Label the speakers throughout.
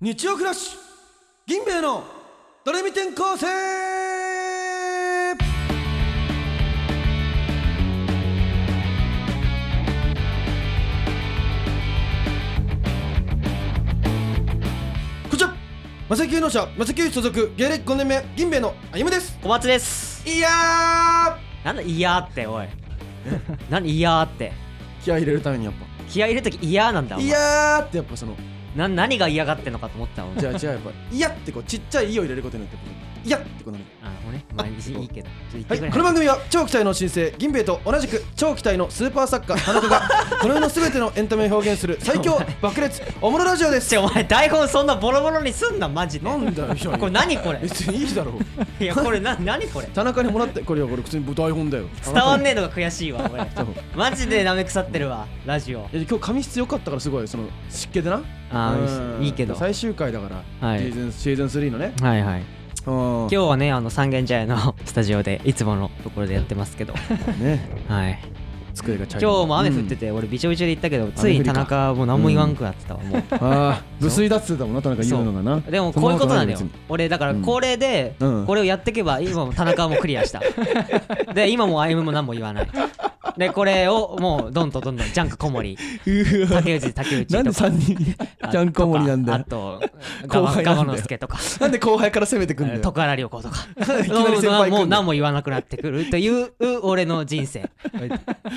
Speaker 1: 日曜フラッシュ銀兵衛のドレミ転校生こちらマセキュー能者マセキュー所属芸歴5年目銀兵衛のあゆむです
Speaker 2: 小松です
Speaker 1: いや
Speaker 2: なんだ嫌っておい何嫌って
Speaker 1: ー気合い入れるためにやっ
Speaker 2: 気合い入れるとき嫌なんだ
Speaker 1: ぱ
Speaker 2: お
Speaker 1: い
Speaker 2: 前
Speaker 1: やーってやっぱその
Speaker 2: な何が嫌がってんのかと思ったわお前
Speaker 1: じゃあじゃあやっぱ「いや」ってこうちっちゃい「い」を入れることによってこういや」ってこうなる
Speaker 2: あもうねまあいいいいけどちょっと
Speaker 1: は
Speaker 2: 言って
Speaker 1: い、
Speaker 2: く
Speaker 1: こ
Speaker 2: れ
Speaker 1: の番組は超期待の新星銀兵衛と同じく超期待のスーパー作家田中 がこの世のすべてのエンタメを表現する最強爆裂おもろラジオです
Speaker 2: ちょお前台本そんなボロボロにすんなマジで
Speaker 1: なんだよいやいや
Speaker 2: これ何 これ
Speaker 1: 別にいいだろう
Speaker 2: いやこれな何 これ
Speaker 1: 田中にもらってこれよこれ普通に台本だよ
Speaker 2: 伝わんねえのが悔しいわ俺
Speaker 1: そう
Speaker 2: マジで舐め腐ってるわラジオ
Speaker 1: いや今日髪質良かったからすごいその湿気でな
Speaker 2: あー
Speaker 1: うん
Speaker 2: いいけど
Speaker 1: 最終回だから、
Speaker 2: はい
Speaker 1: シーズンシーズン3のね
Speaker 2: はいはい
Speaker 1: 今
Speaker 2: 今日はねあの三軒茶屋の スタジオでいつものところでやってますけど
Speaker 1: ね
Speaker 2: はい
Speaker 1: 机が茶
Speaker 2: 今日
Speaker 1: 色
Speaker 2: も雨降って
Speaker 1: て、
Speaker 2: て、俺びちょびちょで行ったけどついに田中もう何も言わんくなってたわ、もう
Speaker 1: うんああ無粋だっつってたもんな田中言うのがな
Speaker 2: でもこういうことなんだよ
Speaker 1: そな
Speaker 2: 俺だから
Speaker 1: うん
Speaker 2: これで
Speaker 1: うん
Speaker 2: これをやっていけば今も田中はもうクリ アしたで今もう歩夢も何も言わないでこれをもうどんどんどんどんジャンク小森
Speaker 1: いわ
Speaker 2: 竹内竹内とか
Speaker 1: なんで3人ジ
Speaker 2: あ
Speaker 1: ャンコ盛りなんだ
Speaker 2: あ
Speaker 1: よ
Speaker 2: と
Speaker 1: 後輩なんだよ
Speaker 2: ガバノスケとか
Speaker 1: なんで後輩から攻めてくんだよ
Speaker 2: 徳原涼子とか
Speaker 1: いきなり先輩来んの
Speaker 2: もう何も言わなくなってくるという俺の人生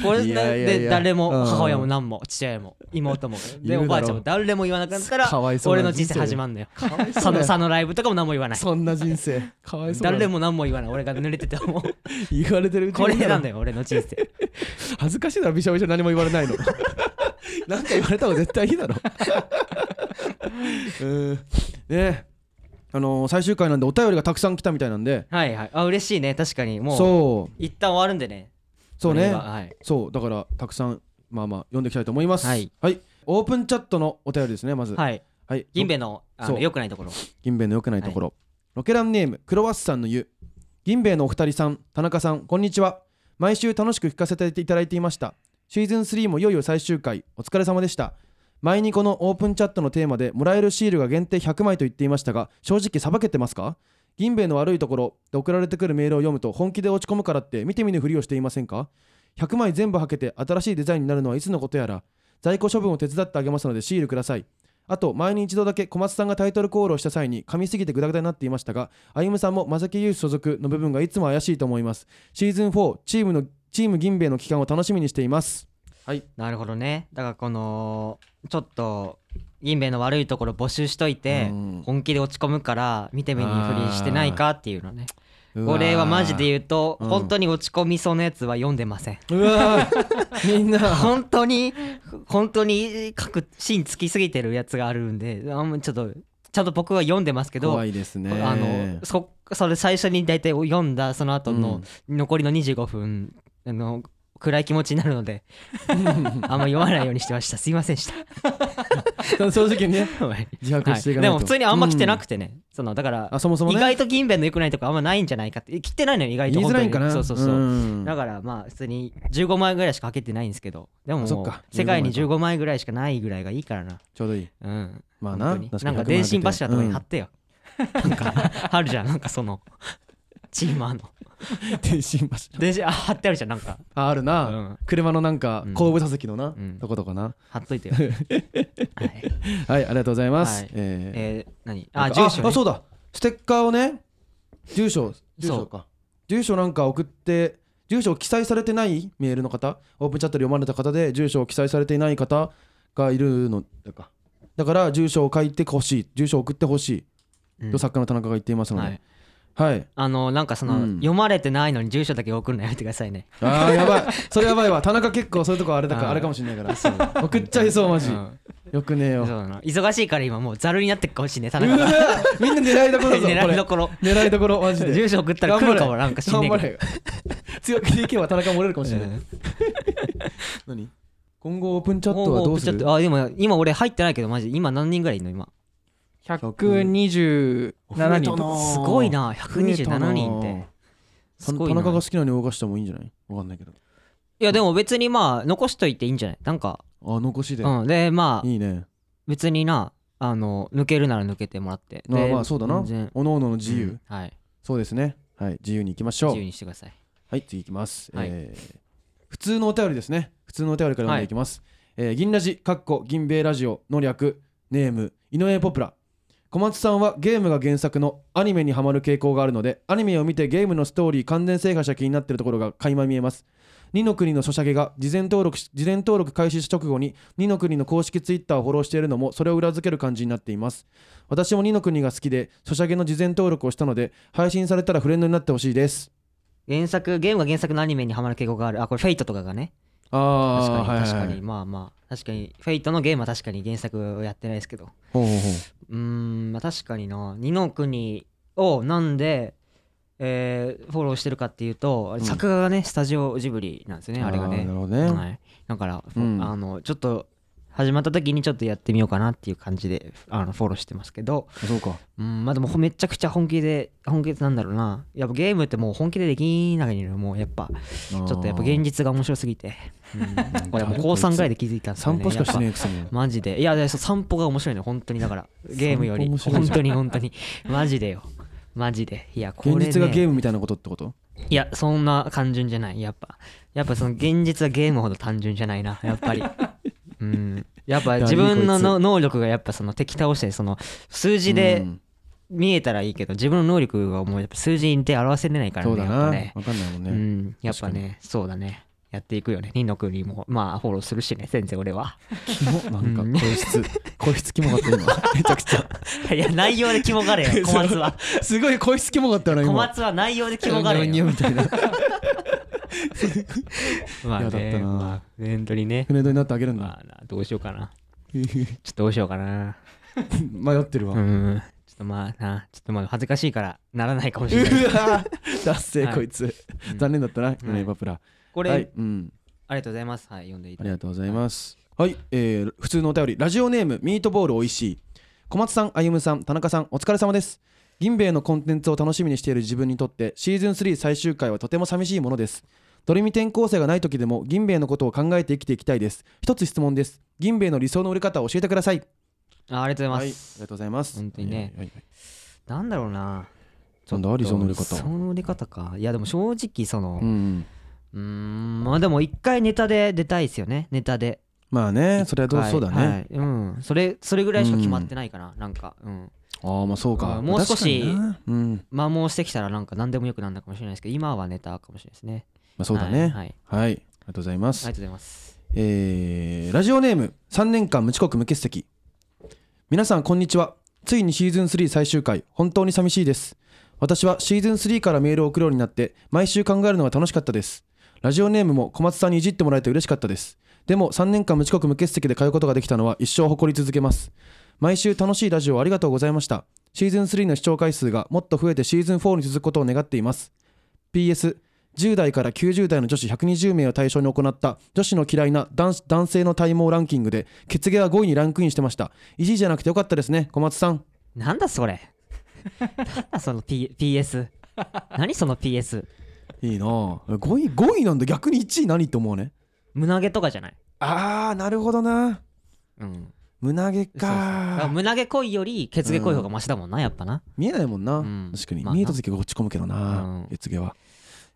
Speaker 2: これ
Speaker 1: いやいやいや
Speaker 2: で誰も
Speaker 1: うん
Speaker 2: 母親も何も父親も妹も
Speaker 1: いるだ
Speaker 2: で
Speaker 1: ろう
Speaker 2: おばあちゃんも誰も言わなくなったら
Speaker 1: かわいそうな
Speaker 2: 俺
Speaker 1: 人生
Speaker 2: の人生始まんのよ
Speaker 1: かわいそう
Speaker 2: そ
Speaker 1: だ
Speaker 2: の
Speaker 1: よ
Speaker 2: 佐野ライブとかも何も言わない
Speaker 1: そんな人生かわいそうだ
Speaker 2: 誰
Speaker 1: な
Speaker 2: も何も言わない俺が濡れてて も
Speaker 1: 言われてるうちに
Speaker 2: これなんだよ俺の人生
Speaker 1: 恥ずかしいだろびしゃびしゃ何も言われ ないのなんか言われた方が絶対いいだろうんねえあのー最終回なんでお便りがたくさん来たみたいなんで
Speaker 2: はいはいあ嬉しいね確かにもう
Speaker 1: そう
Speaker 2: 一旦終わるんでね
Speaker 1: そう
Speaker 2: こ
Speaker 1: ね
Speaker 2: れははい
Speaker 1: そうだからたくさんまあまあ読んでいきたいと思います
Speaker 2: はい、
Speaker 1: オープンチャットのお便りですねまず
Speaker 2: はい
Speaker 1: はい
Speaker 2: 銀兵衛のあ
Speaker 1: そ
Speaker 2: の
Speaker 1: う
Speaker 2: 良くないところ
Speaker 1: 銀兵衛の良くないところ、ロケランネームクロワッサンの湯銀兵衛のお二人さん田中さんこんにちは毎週楽しく聞かせていただいていましたシーズン3もいよいよ最終回お疲れ様でした前にこのオープンチャットのテーマでもらえるシールが限定100枚と言っていましたが正直さばけてますか銀兵衛の悪いところで送られてくるメールを読むと本気で落ち込むからって見て見ぬふりをしていませんか100枚全部はけて新しいデザインになるのはいつのことやら在庫処分を手伝ってあげますのでシールくださいあと前に一度だけ小松さんがタイトルコールをした際に噛みすぎてグダグダになっていましたが歩夢さんもマザキユース所属の部分がいつも怪しいと思いますシーズン4チームのチーム銀兵衛の期間を楽しみにしています
Speaker 2: なるほどねだからこのちょっと銀兵衛の悪いところ募集しといて
Speaker 1: うん
Speaker 2: 本気で落ち込むから見て見ぬふりしてないかっていうのねこ
Speaker 1: こ
Speaker 2: れはマジで
Speaker 1: う
Speaker 2: 言うと
Speaker 1: うん
Speaker 2: 本当に落ち込みそうなやつは読んで ません
Speaker 1: うわー みんな
Speaker 2: 本当に本当に各シーンつきすぎてるやつがあるんであんまちょっとちゃんと僕は読んでますけど
Speaker 1: 怖いですね
Speaker 2: あのそそれ最初に大体読んだその後の残りの25分、あの暗い気持ちになる のであんま読まないようにしてましたすいませんでした
Speaker 1: 正直ね
Speaker 2: はい
Speaker 1: 自白していかないと、
Speaker 2: でも普通にあんま来てな
Speaker 1: て、
Speaker 2: くてね、そのだから、
Speaker 1: あそもそも
Speaker 2: 意
Speaker 1: ね
Speaker 2: 外と銀弁の良くないとこあんまないんじゃないかって来てないのよ意外と
Speaker 1: 言いづらいんかな
Speaker 2: 本当にそうそうそう、
Speaker 1: ん
Speaker 2: だからまあ普通に15枚ぐらいしかかけてないんですけどでも
Speaker 1: あそ
Speaker 2: も
Speaker 1: っ
Speaker 2: う
Speaker 1: か
Speaker 2: 世界に
Speaker 1: 15
Speaker 2: 15枚ぐらいしかないぐらいがいいからな
Speaker 1: ちょうどいい
Speaker 2: うん
Speaker 1: まあな
Speaker 2: 本当に
Speaker 1: 確
Speaker 2: な
Speaker 1: に
Speaker 2: んか電信柱とかに貼
Speaker 1: 100
Speaker 2: ってよ、なんか あるじゃんなんかそのチーマーの
Speaker 1: 枚うん 電信柱
Speaker 2: 電信あ貼ってあるじゃんなんか
Speaker 1: ああるな、
Speaker 2: うん
Speaker 1: 車のなんか
Speaker 2: うん
Speaker 1: 後部座席のな、
Speaker 2: うん
Speaker 1: とことかな
Speaker 2: 貼っとい てよはい
Speaker 1: はいありがとうございます、
Speaker 2: はい
Speaker 1: えー
Speaker 2: えー、何
Speaker 1: な
Speaker 2: あ
Speaker 1: ん
Speaker 2: 住
Speaker 1: か
Speaker 2: 所、
Speaker 1: あ
Speaker 2: ね、
Speaker 1: そうだステッカーをね住所住
Speaker 2: そ
Speaker 1: 所
Speaker 2: う
Speaker 1: か住所なんか送って住所を記載されてないメールの方オープンチャットで読まれた方で住所を記載されていない方がいるのだかだから住所を書いてほしい住所を送ってほし
Speaker 2: う
Speaker 1: い
Speaker 2: ん
Speaker 1: と作家の田中が言っていますの
Speaker 2: は
Speaker 1: で
Speaker 2: い、
Speaker 1: はい
Speaker 2: あのなんかその、
Speaker 1: うん
Speaker 2: 読まれてないのに住所だけ送るのやめてくださいね
Speaker 1: あーや ばいそれやばいわ田中結構そういうとこあれだか
Speaker 2: あ
Speaker 1: ら
Speaker 2: ー
Speaker 1: あれかもしれないから送っちゃいそうマジ
Speaker 2: うん
Speaker 1: よくねえ
Speaker 2: そ
Speaker 1: よ
Speaker 2: うだな忙しいから今もうざるになってくかもしれない田
Speaker 1: う
Speaker 2: 中
Speaker 1: わ
Speaker 2: が
Speaker 1: みんな狙いどころだ ぞこ
Speaker 2: 狙い
Speaker 1: れ
Speaker 2: どころ
Speaker 1: 狙いどころマジで
Speaker 2: 住所送ったら来るかもなんか死んねえ
Speaker 1: 頑
Speaker 2: け
Speaker 1: 張
Speaker 2: ど
Speaker 1: れ 強気でいけば田中漏れるかもしれない、
Speaker 2: うん
Speaker 1: 何今後オープンチャットは
Speaker 2: も
Speaker 1: ど
Speaker 2: う
Speaker 1: うす
Speaker 2: ちょっ
Speaker 1: る
Speaker 2: とあでも今俺入ってないけどマジ今何人ぐらいいるの今
Speaker 3: 127人と
Speaker 2: すごいな127人ってす
Speaker 1: 田
Speaker 2: ご
Speaker 1: 田
Speaker 2: いな
Speaker 1: 中が好きなように動かしてもいいんじゃないわかんないけど
Speaker 2: いやでも別にまあ残しといていいんじゃないなんか
Speaker 1: あ残しで、
Speaker 2: うんでまあ
Speaker 1: いいね
Speaker 2: 別になあの抜けるなら抜けてもらって
Speaker 1: まあ
Speaker 2: で
Speaker 1: まあそうだな
Speaker 2: 全然
Speaker 1: おのおのの自由、
Speaker 2: うんはい
Speaker 1: そうですねはい自由に行きましょ
Speaker 2: 自由
Speaker 1: う
Speaker 2: にしてください
Speaker 1: はい次行きます、
Speaker 2: はい
Speaker 1: えー普通のお便りですね普通のお便りから読んでいきます、えー銀ラジかっこ銀兵衛ラジオの略ネーム井上ポプラ小松さんはゲームが原作のアニメにハマる傾向があるのでアニメを見てゲームのストーリー完全制覇した気になっているところが垣間見えます二の国のソシャゲが事前登録し事前登録開始直後に二の国の公式ツイッターをフォローしているのもそれを裏付ける感じになっています私も二の国が好きでソシャゲの事前登録をしたので配信されたらフレンドになってほしいです
Speaker 2: 原作ゲームが原作のアニメにハマる傾向があるあこれフェイトとかがね
Speaker 1: あ
Speaker 2: 確か
Speaker 1: あ
Speaker 2: に確かにまあまあ確かにフェイトのゲームは確かに原作をやってないですけど
Speaker 1: ほうほうほ
Speaker 2: うーんまあ確かにな二の国をなんでえーフォローしてるかっていうと、
Speaker 1: ん
Speaker 2: 作画がねスタジオジブリなんですよ
Speaker 1: う
Speaker 2: ねあれが
Speaker 1: ー
Speaker 2: ね
Speaker 1: なるほどね、
Speaker 2: はい、だから、
Speaker 1: うん
Speaker 2: あのちょっと始まった時にちょっとやってみようかなっていう感じであのフォローしてますけど、
Speaker 1: そうか
Speaker 2: うん、まあでもほめちゃくちゃ本気で本気でなんだろうなやっぱゲームってもう本気でできないのよもうやっぱ
Speaker 1: ちょ
Speaker 2: ちょっとやっぱ現実が面白すぎて、うん これもう高3ぐらいで気づいたんですよ、
Speaker 1: 散
Speaker 2: ね、
Speaker 1: 歩しかして
Speaker 2: やっぱ
Speaker 1: ねえくせに
Speaker 2: マジでいやいやそう散歩が面白いね本当に だからゲームより
Speaker 1: 散歩面白い
Speaker 2: 本当に本当にマジでよマジでいやこれ、
Speaker 1: 現
Speaker 2: ね、
Speaker 1: 実がゲームみたいなことってこと
Speaker 2: いやそんな単純じゃないやっぱやっぱその現実はゲームほど単純じゃないなや っぱりうんやっぱ自分のの能力がやっぱその敵倒してその数字
Speaker 1: う
Speaker 2: で
Speaker 1: ん
Speaker 2: 見えたらいいけど、自分の能力はもうやっぱ数字で表せれないから
Speaker 1: そ
Speaker 2: ね
Speaker 1: うだ
Speaker 2: やっぱ
Speaker 1: な
Speaker 2: ね
Speaker 1: わかんないもんね
Speaker 2: うんやっぱねそうだねやっていくよね二の国もまあフォローするしね全然俺は
Speaker 1: キモなんか
Speaker 2: うん
Speaker 1: 個室個室キモか った今めちゃくちゃ
Speaker 2: いや内容でキモ がれよ小松は
Speaker 1: すごい個室キモかったな
Speaker 2: 小
Speaker 1: 今
Speaker 2: 松は内容でキモ がれ
Speaker 1: ニョ
Speaker 2: よ
Speaker 1: ニョニョみたいな
Speaker 2: まあ
Speaker 1: 嫌だっ
Speaker 2: ね
Speaker 1: たな
Speaker 2: まあ本当にね
Speaker 1: 船戸になってあげるんだ
Speaker 2: まあなどうしようかなちょっとどうしようかな
Speaker 1: 迷ってるわ
Speaker 2: う
Speaker 1: うん
Speaker 2: ちょっとまあなちょっとまあ恥ずかしいからならないかもしれない
Speaker 1: わ達成
Speaker 2: はい
Speaker 1: こいつ
Speaker 2: うん
Speaker 1: 残念だったな
Speaker 2: うん
Speaker 1: ユネバプラ
Speaker 2: これ、
Speaker 1: はいうん
Speaker 2: ありがとうございますはい読んでい
Speaker 1: あ
Speaker 2: た
Speaker 1: り
Speaker 2: だい
Speaker 1: が
Speaker 2: て
Speaker 1: とうございますはいえー普通のお便りラジオネームミートボールおいしい小松さん歩夢さん田中さんお疲れ様です銀兵衛のコンテンツを楽しみにしている自分にとってシーズン3最終回はとても寂しいものですドレミ転校生がない時でも銀兵衛のことを考えて生きていきたいです一つ質問です銀兵衛の理想の売れ方を教えてください
Speaker 2: あありがとうご
Speaker 1: はいあ
Speaker 2: ざい
Speaker 1: りがと
Speaker 2: ま
Speaker 1: う
Speaker 2: す、
Speaker 1: ございます
Speaker 2: 本当にね
Speaker 1: はいはいはい
Speaker 2: なんだろうな
Speaker 1: なんだ理想の売れ方
Speaker 2: その売れ方かいやでも正直その
Speaker 1: うん
Speaker 2: うーんまあでも一回ネタで出たいですよねネタで
Speaker 1: まあねそれはどう
Speaker 2: はい
Speaker 1: そうだ
Speaker 2: は
Speaker 1: ね
Speaker 2: いうんそれそれぐらいしか決まってないかな、なんかうん
Speaker 1: ああまあそうか
Speaker 2: うんもう少し
Speaker 1: 確かになうん
Speaker 2: 摩耗してきたらなんか何でもよくなるのかもしれないですけど今はネタかもしれないです ね
Speaker 1: まあそうだ
Speaker 2: はい、
Speaker 1: ね
Speaker 2: はいあり
Speaker 1: はいありがとうございます
Speaker 2: がとうございます
Speaker 1: えーラジオネーム3年間無遅刻無欠席皆さんこんにちはついにシーズン3最終回本当に寂しいです私はシーズン3からメールを送るようになって毎週考えるのが楽しかったですラジオネームも小松さんにいじってもらえて嬉しかったですでも3年間無遅刻無欠席で通うことができたのは一生誇り続けます毎週楽しいラジオをありがとうございましたシーズン3の視聴回数がもっと増えてシーズン4に続くことを願っています PS10 代から90代の女子120名を対象に行った女子の嫌いな男子男性の体毛ランキングで血毛は5位にランクインしてました1位じゃなくてよかったですね小松さん
Speaker 2: なんだそれ なんだその、P、PS 何その PS
Speaker 1: いいなあ5位5位なんだ逆に1位何って思うね
Speaker 2: 胸毛とかじゃない
Speaker 1: あーなるほどな
Speaker 2: うん
Speaker 1: 胸毛
Speaker 2: そうそうだから
Speaker 1: か
Speaker 2: 胸毛濃いより血毛濃い方がマシだもんな、やっぱな、
Speaker 1: 見えないもんな、
Speaker 2: うん
Speaker 1: 確かに、
Speaker 2: まあな
Speaker 1: 見えた時が落ち込むけどな、
Speaker 2: うん
Speaker 1: 血毛は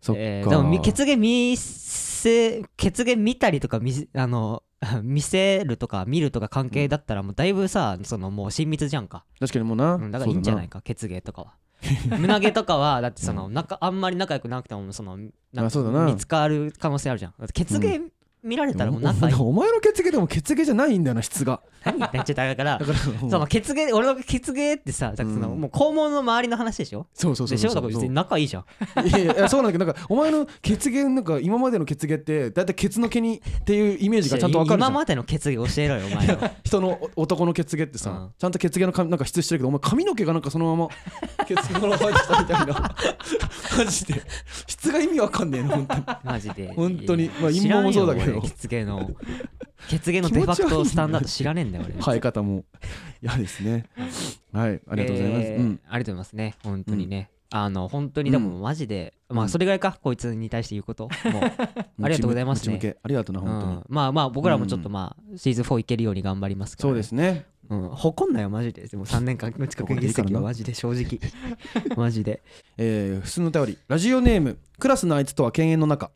Speaker 1: そっか、
Speaker 2: えーでもみ血毛見せ血毛見たりとか見せあの 見せるとか見るとか関係だったらもうだいぶさそのもう親密じゃんか、
Speaker 1: 確かにもうな、
Speaker 2: うん、だからいいんじゃないか血毛とかは 胸毛とかはだってその仲あんまり仲良くなくてもそのなん
Speaker 1: あそうだ
Speaker 2: か
Speaker 1: な
Speaker 2: 見つかる可能性あるじゃんだって血毛見られ
Speaker 1: そう
Speaker 2: た
Speaker 1: だ
Speaker 2: ら
Speaker 1: な
Speaker 2: もう仲いい
Speaker 1: おおお前の血毛でも血毛じゃないんだよな質が
Speaker 2: 何言ってんちょっとだから
Speaker 1: だから そ
Speaker 2: その血芸俺の血芸ってさだからその、
Speaker 1: うん
Speaker 2: もう肛門の周りの話でしょ
Speaker 1: そうそうそうそう
Speaker 2: でしょだから別に仲いいじゃん
Speaker 1: いやいやそうなんだけどなんかお前の血芸なんか今までの血芸ってだいたいケツの毛にっていうイメージがちゃんとわかるじゃ
Speaker 2: 今
Speaker 1: ん
Speaker 2: までの血芸教えろよお前 は
Speaker 1: 人のお男の血芸ってさ、
Speaker 2: うん
Speaker 1: ちゃんと血芸の髪なんか質してるけどお前髪の毛がなんかそのまま血毛のまましたみたいなマジで質が意味わかんねえな本当に
Speaker 2: マジで
Speaker 1: 本当に
Speaker 2: いや
Speaker 1: まあ陰謀もそうだけど
Speaker 2: 知らんよ俺血芸の血芸のデファクトスタンダード知らねえんだよ俺
Speaker 1: 生え方も嫌ですねはいありがとうございます、
Speaker 2: え
Speaker 1: う
Speaker 2: ー
Speaker 1: ん
Speaker 2: ありがとうございますね本当にね、あの本当にで
Speaker 1: う
Speaker 2: もマジで、ま
Speaker 1: うん
Speaker 2: あそれぐらいかこいつに対して言うことも うありがとうございます
Speaker 1: ムチム
Speaker 2: ね、
Speaker 1: ケありがとうな
Speaker 2: う
Speaker 1: 本当に、
Speaker 2: ん、まあまあ僕らもちょっ
Speaker 1: う
Speaker 2: と
Speaker 1: ん
Speaker 2: まあシーズン4いけるように頑張りますから、
Speaker 1: そうですね
Speaker 2: うん、誇んなよマジででも3年間の近く
Speaker 1: 誇んでいい
Speaker 2: 月
Speaker 1: からな
Speaker 2: 席はマジで正 直マジで
Speaker 1: えー、普通のお便りラジオネームクラスのあいつとは犬猿の中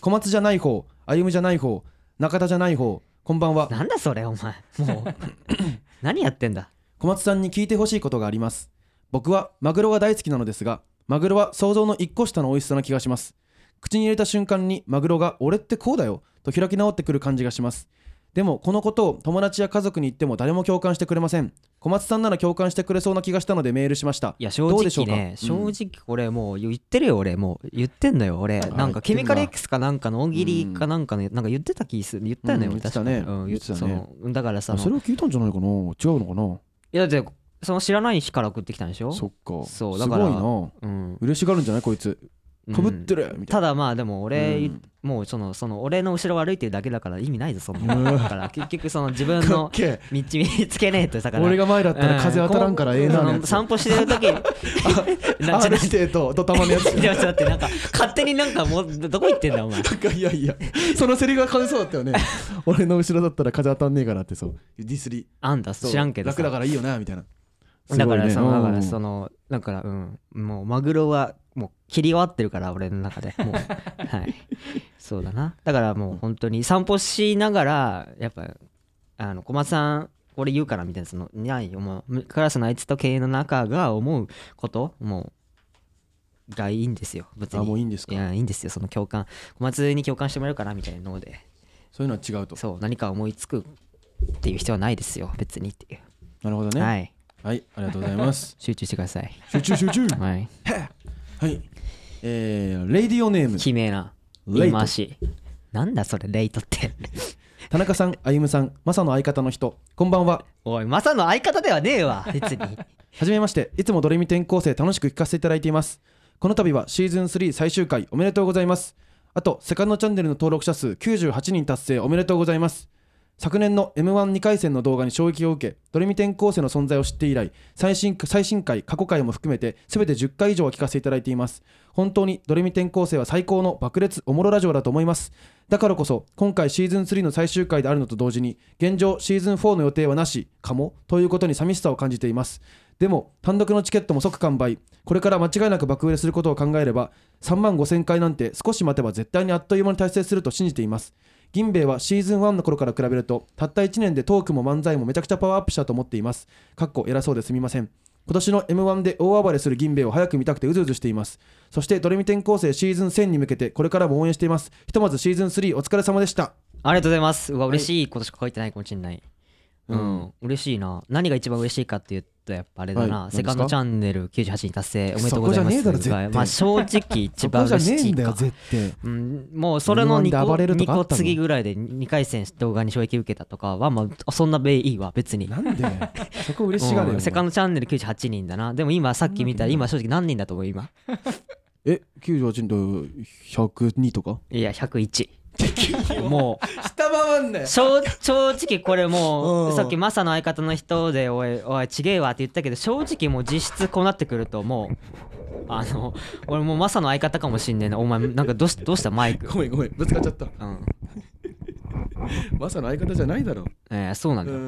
Speaker 1: 小松じゃない方歩むじゃない方中田じゃない方こんばんは
Speaker 2: なんだそれお前 もう何やってんだ
Speaker 1: 小松さんに聞いてほしいことがあります僕はマグロが大好きなのですがマグロは想像の一個下の美味しさな気がします口に入れた瞬間にマグロが俺ってこうだよと開き直ってくる感じがしますでもこのことを友達や家族に言っても誰も共感してくれません小松さんなら共感してくれそうな気がしたのでメールしました
Speaker 2: いや正
Speaker 1: どうでしょ
Speaker 2: 直
Speaker 1: うか
Speaker 2: ね正
Speaker 1: うん
Speaker 2: 直これもう言ってるよ俺もう言ってんだよ俺な
Speaker 1: 言
Speaker 2: ん
Speaker 1: ってんだ
Speaker 2: かケミカル X かなんかの大喜利かなんかねなんか言ってた気する言ったよね
Speaker 1: うん
Speaker 2: 俺
Speaker 1: 言って
Speaker 2: 確
Speaker 1: た
Speaker 2: か
Speaker 1: ね
Speaker 2: うん
Speaker 1: 言ってたね
Speaker 2: そのだからさ
Speaker 1: あそれを聞いたんじゃないかな違うのかない
Speaker 2: やだってその知らない日から送ってきたんでしょ
Speaker 1: そっか
Speaker 2: そうだから
Speaker 1: すごいな
Speaker 2: うん
Speaker 1: 嬉しがるんじゃないこいつ
Speaker 2: うん
Speaker 1: かぶってるみたい
Speaker 2: ただまあでも俺、
Speaker 1: うん
Speaker 2: もうそのその俺の後ろを歩いてるだけだから意味ないぞそんな
Speaker 1: うん
Speaker 2: だから結局その自
Speaker 1: な
Speaker 2: 分
Speaker 1: かっ
Speaker 2: の
Speaker 1: けえ
Speaker 2: 道見つけねえとだから
Speaker 1: 俺が前だったら風当たらんからええな
Speaker 2: う
Speaker 1: のや
Speaker 2: んこう
Speaker 1: つ
Speaker 2: 散歩してる 時に な
Speaker 1: あ
Speaker 2: ちょ
Speaker 1: れしてとドタマのやつ
Speaker 2: いやちょっと待ってなんか勝手になんかもうどどこ行ってんだお前
Speaker 1: なんかいやいやそのセリフが感じそうだったよね俺の後ろだったら風当たんねえからってそうディスリ
Speaker 2: あんた
Speaker 1: そう
Speaker 2: 知らんけどさ
Speaker 1: 楽だからいいよなみたいな
Speaker 2: だから
Speaker 1: す
Speaker 2: そ
Speaker 1: ごいね
Speaker 2: のだか
Speaker 1: う
Speaker 2: ら
Speaker 1: ん
Speaker 2: そのだからうんもうマグロはもう切り終わってるから俺の中でもうはいそうだなだからもう本当に散歩しながらやっぱあの小松さん俺言うからみたいなそのないよもうクラスのあいつと経営の中が思うこともうがいいんですよ別に
Speaker 1: あもういいんです
Speaker 2: い
Speaker 1: か
Speaker 2: やいいんですよその共感小松に共感してもらえるかなみたいなので
Speaker 1: そういうのは違うと
Speaker 2: そう何か思いつくっていう必要はないですよ別にっていう、
Speaker 1: なるほどねは、
Speaker 2: はいい
Speaker 1: ありがとうございます
Speaker 2: 集中してください
Speaker 1: 集中集中
Speaker 2: はい
Speaker 1: はいえー、レイディオネーム
Speaker 2: 悲鳴な
Speaker 1: レイ
Speaker 2: 言い
Speaker 1: ト
Speaker 2: 回しなんだそれレイトって
Speaker 1: 田中さん歩夢さんマサの相方の人こんばんは
Speaker 2: おいマサの相方ではねえわ 別に
Speaker 1: はじめましていつもドレミ転校生楽しく聞かせていただいていますこの度はシーズン3最終回おめでとうございますあとセカンドチャンネルの登録者数98人達成おめでとうございます昨年の m 1 2回戦の動画に衝撃を受けドレミ転校生の存在を知って以来最新最新回過去回も含めて全て10回以上は聞かせていただいています本当にドレミ転校生は最高の爆裂おもろラジオだと思いますだからこそ今回シーズン3の最終回であるのと同時に現状シーズン4の予定はなしかもということに寂しさを感じていますでも単独のチケットも即完売これから間違いなく爆売れすることを考えれば3万5000回なんて少し待てば絶対にあっという間に達成すると信じています銀兵衛はシーズン1の頃から比べるとたった1年でトークも漫才もめちゃくちゃパワーアップしたと思っていますかっこ偉そうですみません今年の m 1で大暴れする銀兵衛を早く見たくてうずうずしていますそしてドレミ転校生シーズン1000に向けてこれからも応援していますひとまずシーズン3お疲れ様でした
Speaker 2: ありがとうございますうわ嬉しいことしか書いてないかもしれないうん、嬉しいな何が一番嬉しいかっていうとやっぱあれだな、
Speaker 1: はい
Speaker 2: セカンドチャンネル98に達成おめでとうございま
Speaker 1: そこじゃね
Speaker 2: す
Speaker 1: えだろ絶対
Speaker 2: まあ正直一
Speaker 1: そこ
Speaker 2: 番
Speaker 1: じゃ
Speaker 2: 嬉
Speaker 1: ねえ
Speaker 2: し
Speaker 1: ん
Speaker 2: い
Speaker 1: だよ
Speaker 2: か
Speaker 1: 絶対
Speaker 2: うん、もうそれ
Speaker 1: M1
Speaker 2: の
Speaker 1: で
Speaker 2: 2
Speaker 1: 暴
Speaker 2: 個
Speaker 1: れると
Speaker 2: 二
Speaker 1: かあ
Speaker 2: 個
Speaker 1: ったの
Speaker 2: 次ぐらいで2回戦動画に衝撃受けたとかはまあそんなべいいわ別に
Speaker 1: なんで そこ嬉しがれ
Speaker 2: う
Speaker 1: よ
Speaker 2: んセカンドチャンネル98人だなでも今さっき見たら今正直何人だと思う今
Speaker 1: え98と102とか
Speaker 2: いや101も
Speaker 1: 下回んな
Speaker 2: う正正直これも
Speaker 1: う
Speaker 2: うんさっきマサの相方の人で「おいおいちげえわ」って言ったけど正直もう実質こうなってくるともうあの俺もうマサの相方かもしんねえなお前なんかどうしどうしたマイク
Speaker 1: ごめんごめんぶつかっちゃった
Speaker 2: うん
Speaker 1: マサの相方じゃないだろ
Speaker 2: えーそうなんだよ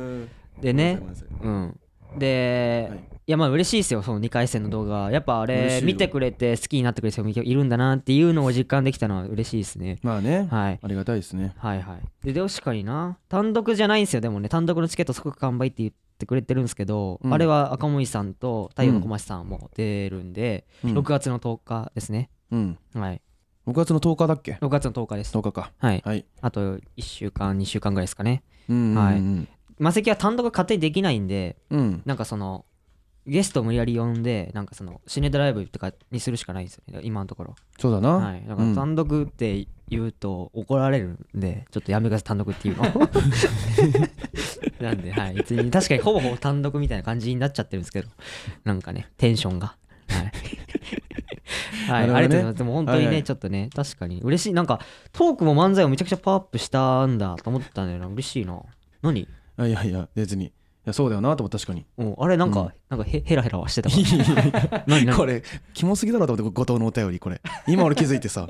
Speaker 2: でねうんで、
Speaker 1: はい
Speaker 2: い、やまあ嬉しいですよその2回戦の動画やっぱあ
Speaker 1: 嬉しい
Speaker 2: れ
Speaker 1: よ
Speaker 2: 見てくれて好きになってくれてる人もいるんだなっていうのを実感できたのは嬉しいですね
Speaker 1: まあね
Speaker 2: はい
Speaker 1: ありがたいですね
Speaker 2: はいはいで確かにな単独じゃないんですよでもね単独のチケット即完売って言ってくれてるんですけど、
Speaker 1: うん
Speaker 2: あれは赤森さんと太陽の小町さんも出るんで、
Speaker 1: うん
Speaker 2: 6月の10日ですね
Speaker 1: うん
Speaker 2: はい
Speaker 1: 6月の10日だっけ
Speaker 2: 6月の10日です
Speaker 1: 10日か
Speaker 2: はい
Speaker 1: はい
Speaker 2: あと1週間2週間ぐらいですかね
Speaker 1: うん
Speaker 2: はい
Speaker 1: うん
Speaker 2: マセキは単独が勝手にできないんで
Speaker 1: うん
Speaker 2: なんかそのゲストを無理やり呼んでなんかそのシネドライブとかにするしかないんですよね今のところ
Speaker 1: そうだな
Speaker 2: はいだから単独って言うと怒られるんでちょっとやめが単 独っていうの なんではい別に確かにほぼほぼ単独みたいな感じになっちゃってるんですけどなんかねテンションが はい、はい
Speaker 1: なるほどね
Speaker 2: ありがとうございますでも本当にね、
Speaker 1: はいはい
Speaker 2: ちょっとね確かに嬉しいなんかトークも漫才もめちゃくちゃパワーアップしたんだと思ったんだよな嬉しいな何
Speaker 1: あいやいや別にやそうだよなと思って確かに
Speaker 2: うん、あれなんか、
Speaker 1: うん
Speaker 2: なんかへヘラヘラはしてたから何何
Speaker 1: これキモすぎだろと思って後藤のお便りこれ今俺気づいてさ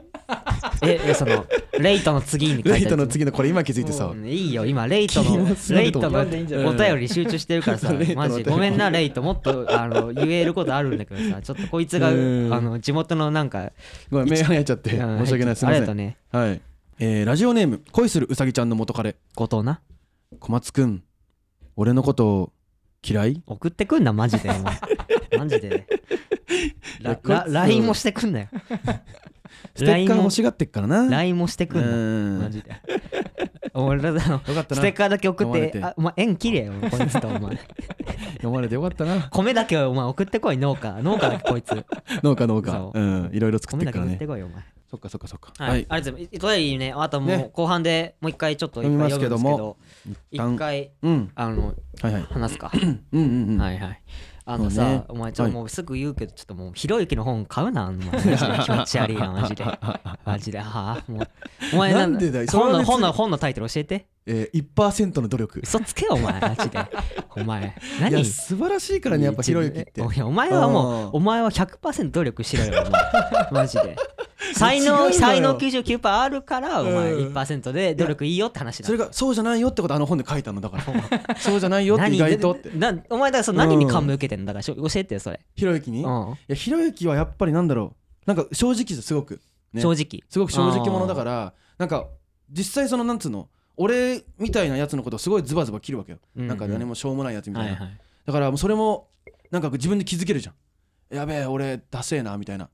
Speaker 2: ええそのレイトの次 に書いて
Speaker 1: レイトの次のこれ今気づいてさ
Speaker 2: うんいいよ今レイトの
Speaker 1: 気持ち悪
Speaker 2: レ
Speaker 1: い
Speaker 2: イ
Speaker 1: と
Speaker 2: ト
Speaker 1: 思う
Speaker 2: のお
Speaker 3: 読んでいいんじゃない
Speaker 2: 便り集中してるからさ
Speaker 1: レイトのお
Speaker 2: マ
Speaker 1: 便
Speaker 2: ジ
Speaker 1: り
Speaker 2: ごめんなレイトもっとあの言えることあるんだけどさちょっとこいつがあ
Speaker 1: うん
Speaker 2: の地元のなんか
Speaker 1: ごめん目離れちゃって
Speaker 2: うん
Speaker 1: 申し訳ないすいま
Speaker 2: あ
Speaker 1: せ
Speaker 2: りがとうんね
Speaker 1: はいえーラジオネーム恋するうさぎちゃんの元彼
Speaker 2: 後藤な
Speaker 1: 小松くん俺のこと嫌い
Speaker 2: 送ってくんなマジでお前マジでね
Speaker 1: や
Speaker 2: ラ
Speaker 1: こいつ
Speaker 2: ラ LINE もしてくんなよ
Speaker 1: ステッカー欲しがってっからな
Speaker 2: LINE もしてく
Speaker 1: うん
Speaker 2: なんマジで俺らの
Speaker 1: よかった
Speaker 2: ス
Speaker 1: な
Speaker 2: テッカーだけ送っ
Speaker 1: 飲まれ
Speaker 2: て
Speaker 1: て
Speaker 2: あお前縁切れよこいつとお前
Speaker 1: 飲まれてよかったな
Speaker 2: 米だけお前送ってこい農家農家だけこいつ
Speaker 1: 農家農家
Speaker 2: そううん
Speaker 1: いろいろ作っ
Speaker 2: 米
Speaker 1: てっ
Speaker 2: だ
Speaker 1: か
Speaker 2: け
Speaker 1: ら
Speaker 2: 送っ
Speaker 1: ね
Speaker 2: てこいよお前
Speaker 1: そっかそっかそっか
Speaker 2: はい、ありがとうございます。お便りね、あともう
Speaker 1: ね
Speaker 2: 後半でもう一回ちょっといっぱい読むんですけど、
Speaker 1: 一旦
Speaker 2: 一回
Speaker 1: うん
Speaker 2: あの
Speaker 1: はいはい
Speaker 2: 話 すか。
Speaker 1: うんうんうん
Speaker 2: はいはい。あの
Speaker 1: そう
Speaker 2: さ
Speaker 1: ね、
Speaker 2: お前ちょっ
Speaker 1: はい
Speaker 2: ともうすぐ言うけど、ちょっともうひろゆきの本買うな、お前マ ジで気持ち悪いな、マジで。マジで、はあ、もう。お前
Speaker 1: なんでだよそれは
Speaker 2: 本の
Speaker 1: 別に
Speaker 2: 本の本のタイトル教えて。
Speaker 1: えー1%の努力
Speaker 2: 嘘つけよ、お前、マジで。お前、
Speaker 1: いや
Speaker 2: 何
Speaker 1: 素晴らしいからねやっぱひろゆきって
Speaker 2: おいお前はも
Speaker 1: あー
Speaker 2: うお前は100%努力しろ よお前マジで才
Speaker 1: 違うのよ
Speaker 2: 能才能99%あるからお前
Speaker 1: うん
Speaker 2: 1%で努力いいよって話だ
Speaker 1: それがそうじゃないよってことあの本で書いたのだ からそうじゃないよって
Speaker 2: 何
Speaker 1: 意外とって
Speaker 2: なお前だからその何に感銘受けてんのだからしょ教えてよそれ、
Speaker 1: ひろゆきに
Speaker 2: う
Speaker 1: い
Speaker 2: ん
Speaker 1: やひろゆきはやっぱりなんだろうなんか正直ですすごくね
Speaker 2: 正直
Speaker 1: すごく正直者だからなんか実際そのなんつうの俺みたいなやつのことをすごいズバズバ切るわけよ、
Speaker 2: うんうん
Speaker 1: なんか何もしょうもないやつみたい
Speaker 2: は
Speaker 1: な、
Speaker 2: いはい
Speaker 1: だからもうそれもなんか自分で気づけるじゃんやべえ俺ダセえなみたいな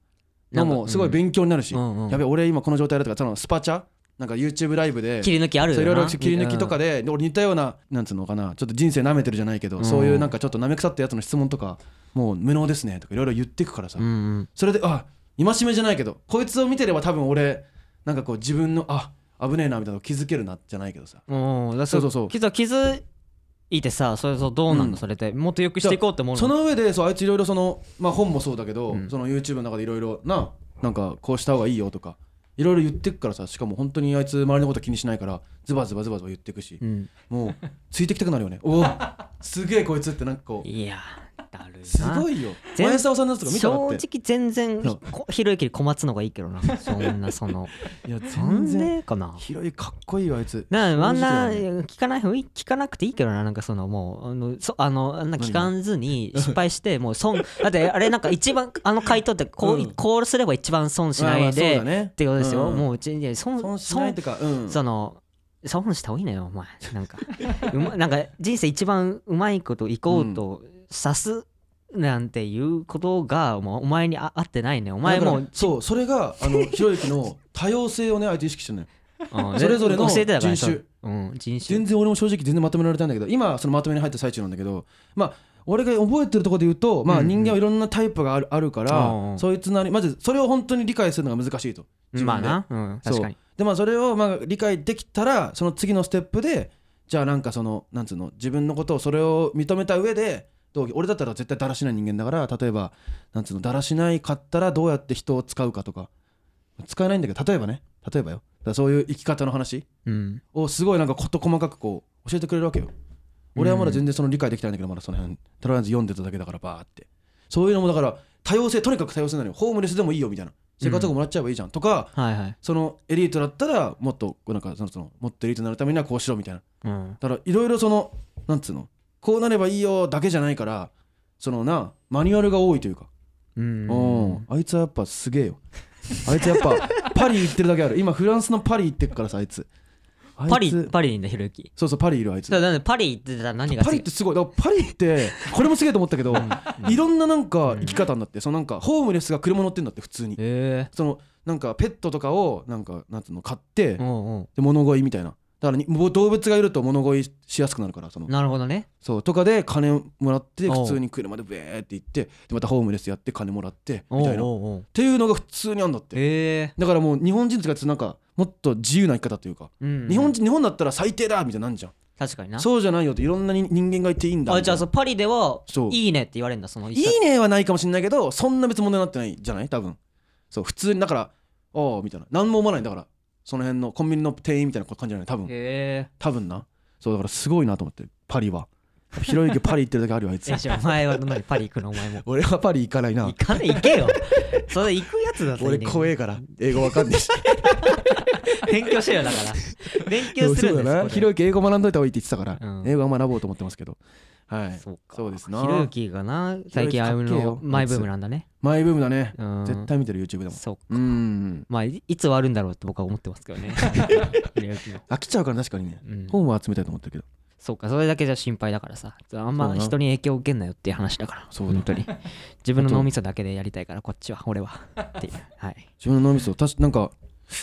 Speaker 1: の
Speaker 2: なん
Speaker 1: も
Speaker 2: か
Speaker 1: すごい勉強になるし、
Speaker 2: うんうん
Speaker 1: やべえ俺今この状態だとかそのスパチャなんか YouTube ライブで
Speaker 2: 切り抜きある
Speaker 1: そ
Speaker 2: よな
Speaker 1: ういろいろ切り抜きとかで、で俺似たようななんつうのかなちょっと人生舐めてるじゃないけど、
Speaker 2: うん
Speaker 1: そういうなんかちょっと舐め腐ったやつの質問とかもう無能ですねとかいろいろ言ってくからさ、
Speaker 2: うんうん
Speaker 1: それであ戒めじゃないけどこいつを見てれば多分俺なんかこう自分のあ危ねえなみたいなの気づけるなじゃないけどさ
Speaker 2: うんうんだ
Speaker 1: そうそうそう
Speaker 2: 気づ気づいてさそれそうどうなん
Speaker 1: うん
Speaker 2: のそれでもっとよくしていこうって思うの
Speaker 1: その上でそうあいついろいろその、まあ、本もそうだけど、
Speaker 2: うん
Speaker 1: その YouTube の中でいろいろななんかこうした方がいいよとかいろいろ言ってくからさしかも本当にあいつ周りのこと気にしないからズバズバズバズバ言ってくし、
Speaker 2: うん
Speaker 1: もうついてきたくなるよ ねおおすげえこいつってなんかこう
Speaker 2: いやだるいな
Speaker 1: すごいよ
Speaker 2: 全
Speaker 1: 前澤さんのやつとか見ただっ
Speaker 2: 正
Speaker 1: て
Speaker 2: 直全然
Speaker 1: そう
Speaker 2: こひろゆきより小松の方がいいけ どなそんなその
Speaker 1: いや
Speaker 2: なん
Speaker 1: 全然
Speaker 2: でかな
Speaker 1: 広いかっこいいよあいつ
Speaker 2: なんかあんな
Speaker 1: 正直だよ
Speaker 2: 聞かない雰囲気聞かなくていいけどななんかそのもうあのそあのあんな
Speaker 1: 何
Speaker 2: 聞かずに失敗してもう損だってあれなんか一番あの回答ってこう、
Speaker 1: うん
Speaker 2: こうすれば一番損し
Speaker 1: ま
Speaker 2: な
Speaker 1: あまあ
Speaker 2: い
Speaker 1: そう
Speaker 2: で、
Speaker 1: だね
Speaker 2: ってことですよ、
Speaker 1: うん
Speaker 2: もううちいや損
Speaker 1: 損しないってかうん
Speaker 2: 損その損した方がいいのよお前な んかうまなんか人生一番うまいこといこうとさすなんていうことがもうお前にあ合ってないねお前も
Speaker 1: だからそうそれがあのひろゆきの多様性をねあいつ意識 してるのよ
Speaker 2: うん
Speaker 1: それぞれの
Speaker 2: 教えてたから
Speaker 1: 人種
Speaker 2: それうん、人種
Speaker 1: 全然俺も正直全然まとめられたんだけど今はそのまとめに入った最中なんだけどまあ俺が覚えてるところで言うと、まあ、
Speaker 2: うんうん
Speaker 1: 人間はいろんなタイプがあるあるから、
Speaker 2: うんうん
Speaker 1: そいつなりまずそれを本当に理解するのが難しいと自分で
Speaker 2: まあな、うん、
Speaker 1: そう
Speaker 2: 確かに
Speaker 1: でまあそれをまあ理解できたらその次のステップでじゃあなんかそのなんつうの自分のことをそれを認めた上でどう俺だったら絶対だらしない人間だから例えばなんつうのだらしないかったらどうやって人を使うかとか使えないんだけど例えばね例えばよだからそういう生き方の話
Speaker 2: うん
Speaker 1: をすごいなんかこと細かくこう教えてくれるわけよ俺はまだ全然その理解できてないんだけどまだその辺とりあえず読んでただけだからバーってそういうのもだから多様性とにかく多様性なのよホームレスでもいいよみたいな生活保護もらっちゃえばいいじゃんとか、
Speaker 2: はいはい。
Speaker 1: そのエリートだったらもっとこうなんかそのそのもっとエリートになるためにはこうしろみたいな
Speaker 2: うん。
Speaker 1: だからいろいろそのなんつうのこうなればいいよだけじゃないからそのなマニュアルが多いというか
Speaker 2: うん
Speaker 1: うんあいつはやっぱすげえよあいつやっぱ パリ行ってるだけある今フランスのパリ行ってるからさあいつあいつ
Speaker 2: パリ、パリにいんだ、ひろゆき。
Speaker 1: そうそうパリいるあいつ
Speaker 2: だからなんでパリ行ってたら何が
Speaker 1: パリってすごいだからパリってこれもすげえと思ったけどいろんななんか生き方になってそのなんかホームレスが車乗ってんだって普通に
Speaker 2: え
Speaker 1: そのなんかペットとかをなんかなんつうの買って
Speaker 2: えうんうん。
Speaker 1: で物乞いみたいなだからにもう動物がいると物乞いしやすくなるからその
Speaker 2: なるほどね。
Speaker 1: そうとかで金もらって
Speaker 2: おう
Speaker 1: 普通に車でブエーって行ってでまたホームレスやって金もらって
Speaker 2: お
Speaker 1: み
Speaker 2: う
Speaker 1: たいなっ
Speaker 2: おうおう
Speaker 1: ていうのが普通にあんだって
Speaker 2: ええ
Speaker 1: だからもう日本人とかってなんかもっと自由な生き方というか
Speaker 2: うん
Speaker 1: 日本人日本だったら最低だみたいになんじゃん
Speaker 2: 確かにな。
Speaker 1: そうじゃないよっていろんなに人間がいていいんだ
Speaker 2: あ、
Speaker 1: み
Speaker 2: じ
Speaker 1: たい
Speaker 2: ゃあ
Speaker 1: な
Speaker 2: そう、パリでは
Speaker 1: そう、
Speaker 2: いいねって言われるんだ、その
Speaker 1: いいねはないかもしれないけどそんな別に問題になってないじゃない多分そう普通にだからああみたいな何も思わないだからその辺のコンビニの店員みたいな感じじゃない多分
Speaker 2: へえ
Speaker 1: 多分なそうだからすごいなと思ってパリはひろゆきパリ行ってるだけあるよあいつ
Speaker 2: えじゃあお前は何パリ行くのお前も
Speaker 1: 俺はパリ行かないな
Speaker 2: 行かない行けよそれ行くやつだったらい
Speaker 1: 俺
Speaker 2: いんだけど
Speaker 1: 怖えから英語わかんねえし
Speaker 2: 勉強してよだから勉強するん
Speaker 1: そう
Speaker 2: です
Speaker 1: だなひろゆき英語学んどいた方がいいって言ってたから、
Speaker 2: うん
Speaker 1: 英語は学ぼうと思ってますけどはい
Speaker 2: そうか
Speaker 1: そうですな
Speaker 2: ひろゆきがな最近ああいう
Speaker 1: ひろゆきかっけえよ
Speaker 2: のマイブームなんだね
Speaker 1: マイブームだね、
Speaker 2: うん
Speaker 1: 絶対見てる YouTube でも
Speaker 2: そう
Speaker 1: うん
Speaker 2: まあいいつ終わるんだろうって僕は思ってますけどね ひろゆきが
Speaker 1: 飽きちゃうから確かにね
Speaker 2: うん
Speaker 1: 本は集めたいと思ってるけど
Speaker 2: そうかそれだけじゃ心配だからさあん
Speaker 1: そ
Speaker 2: ま
Speaker 1: うな
Speaker 2: 人に影響受けんなよっていう話だから
Speaker 1: そうだ
Speaker 2: 本 当に自分の脳みそだけでやりたいからこっちは俺はっていう はい
Speaker 1: 自分の脳みそたしなんか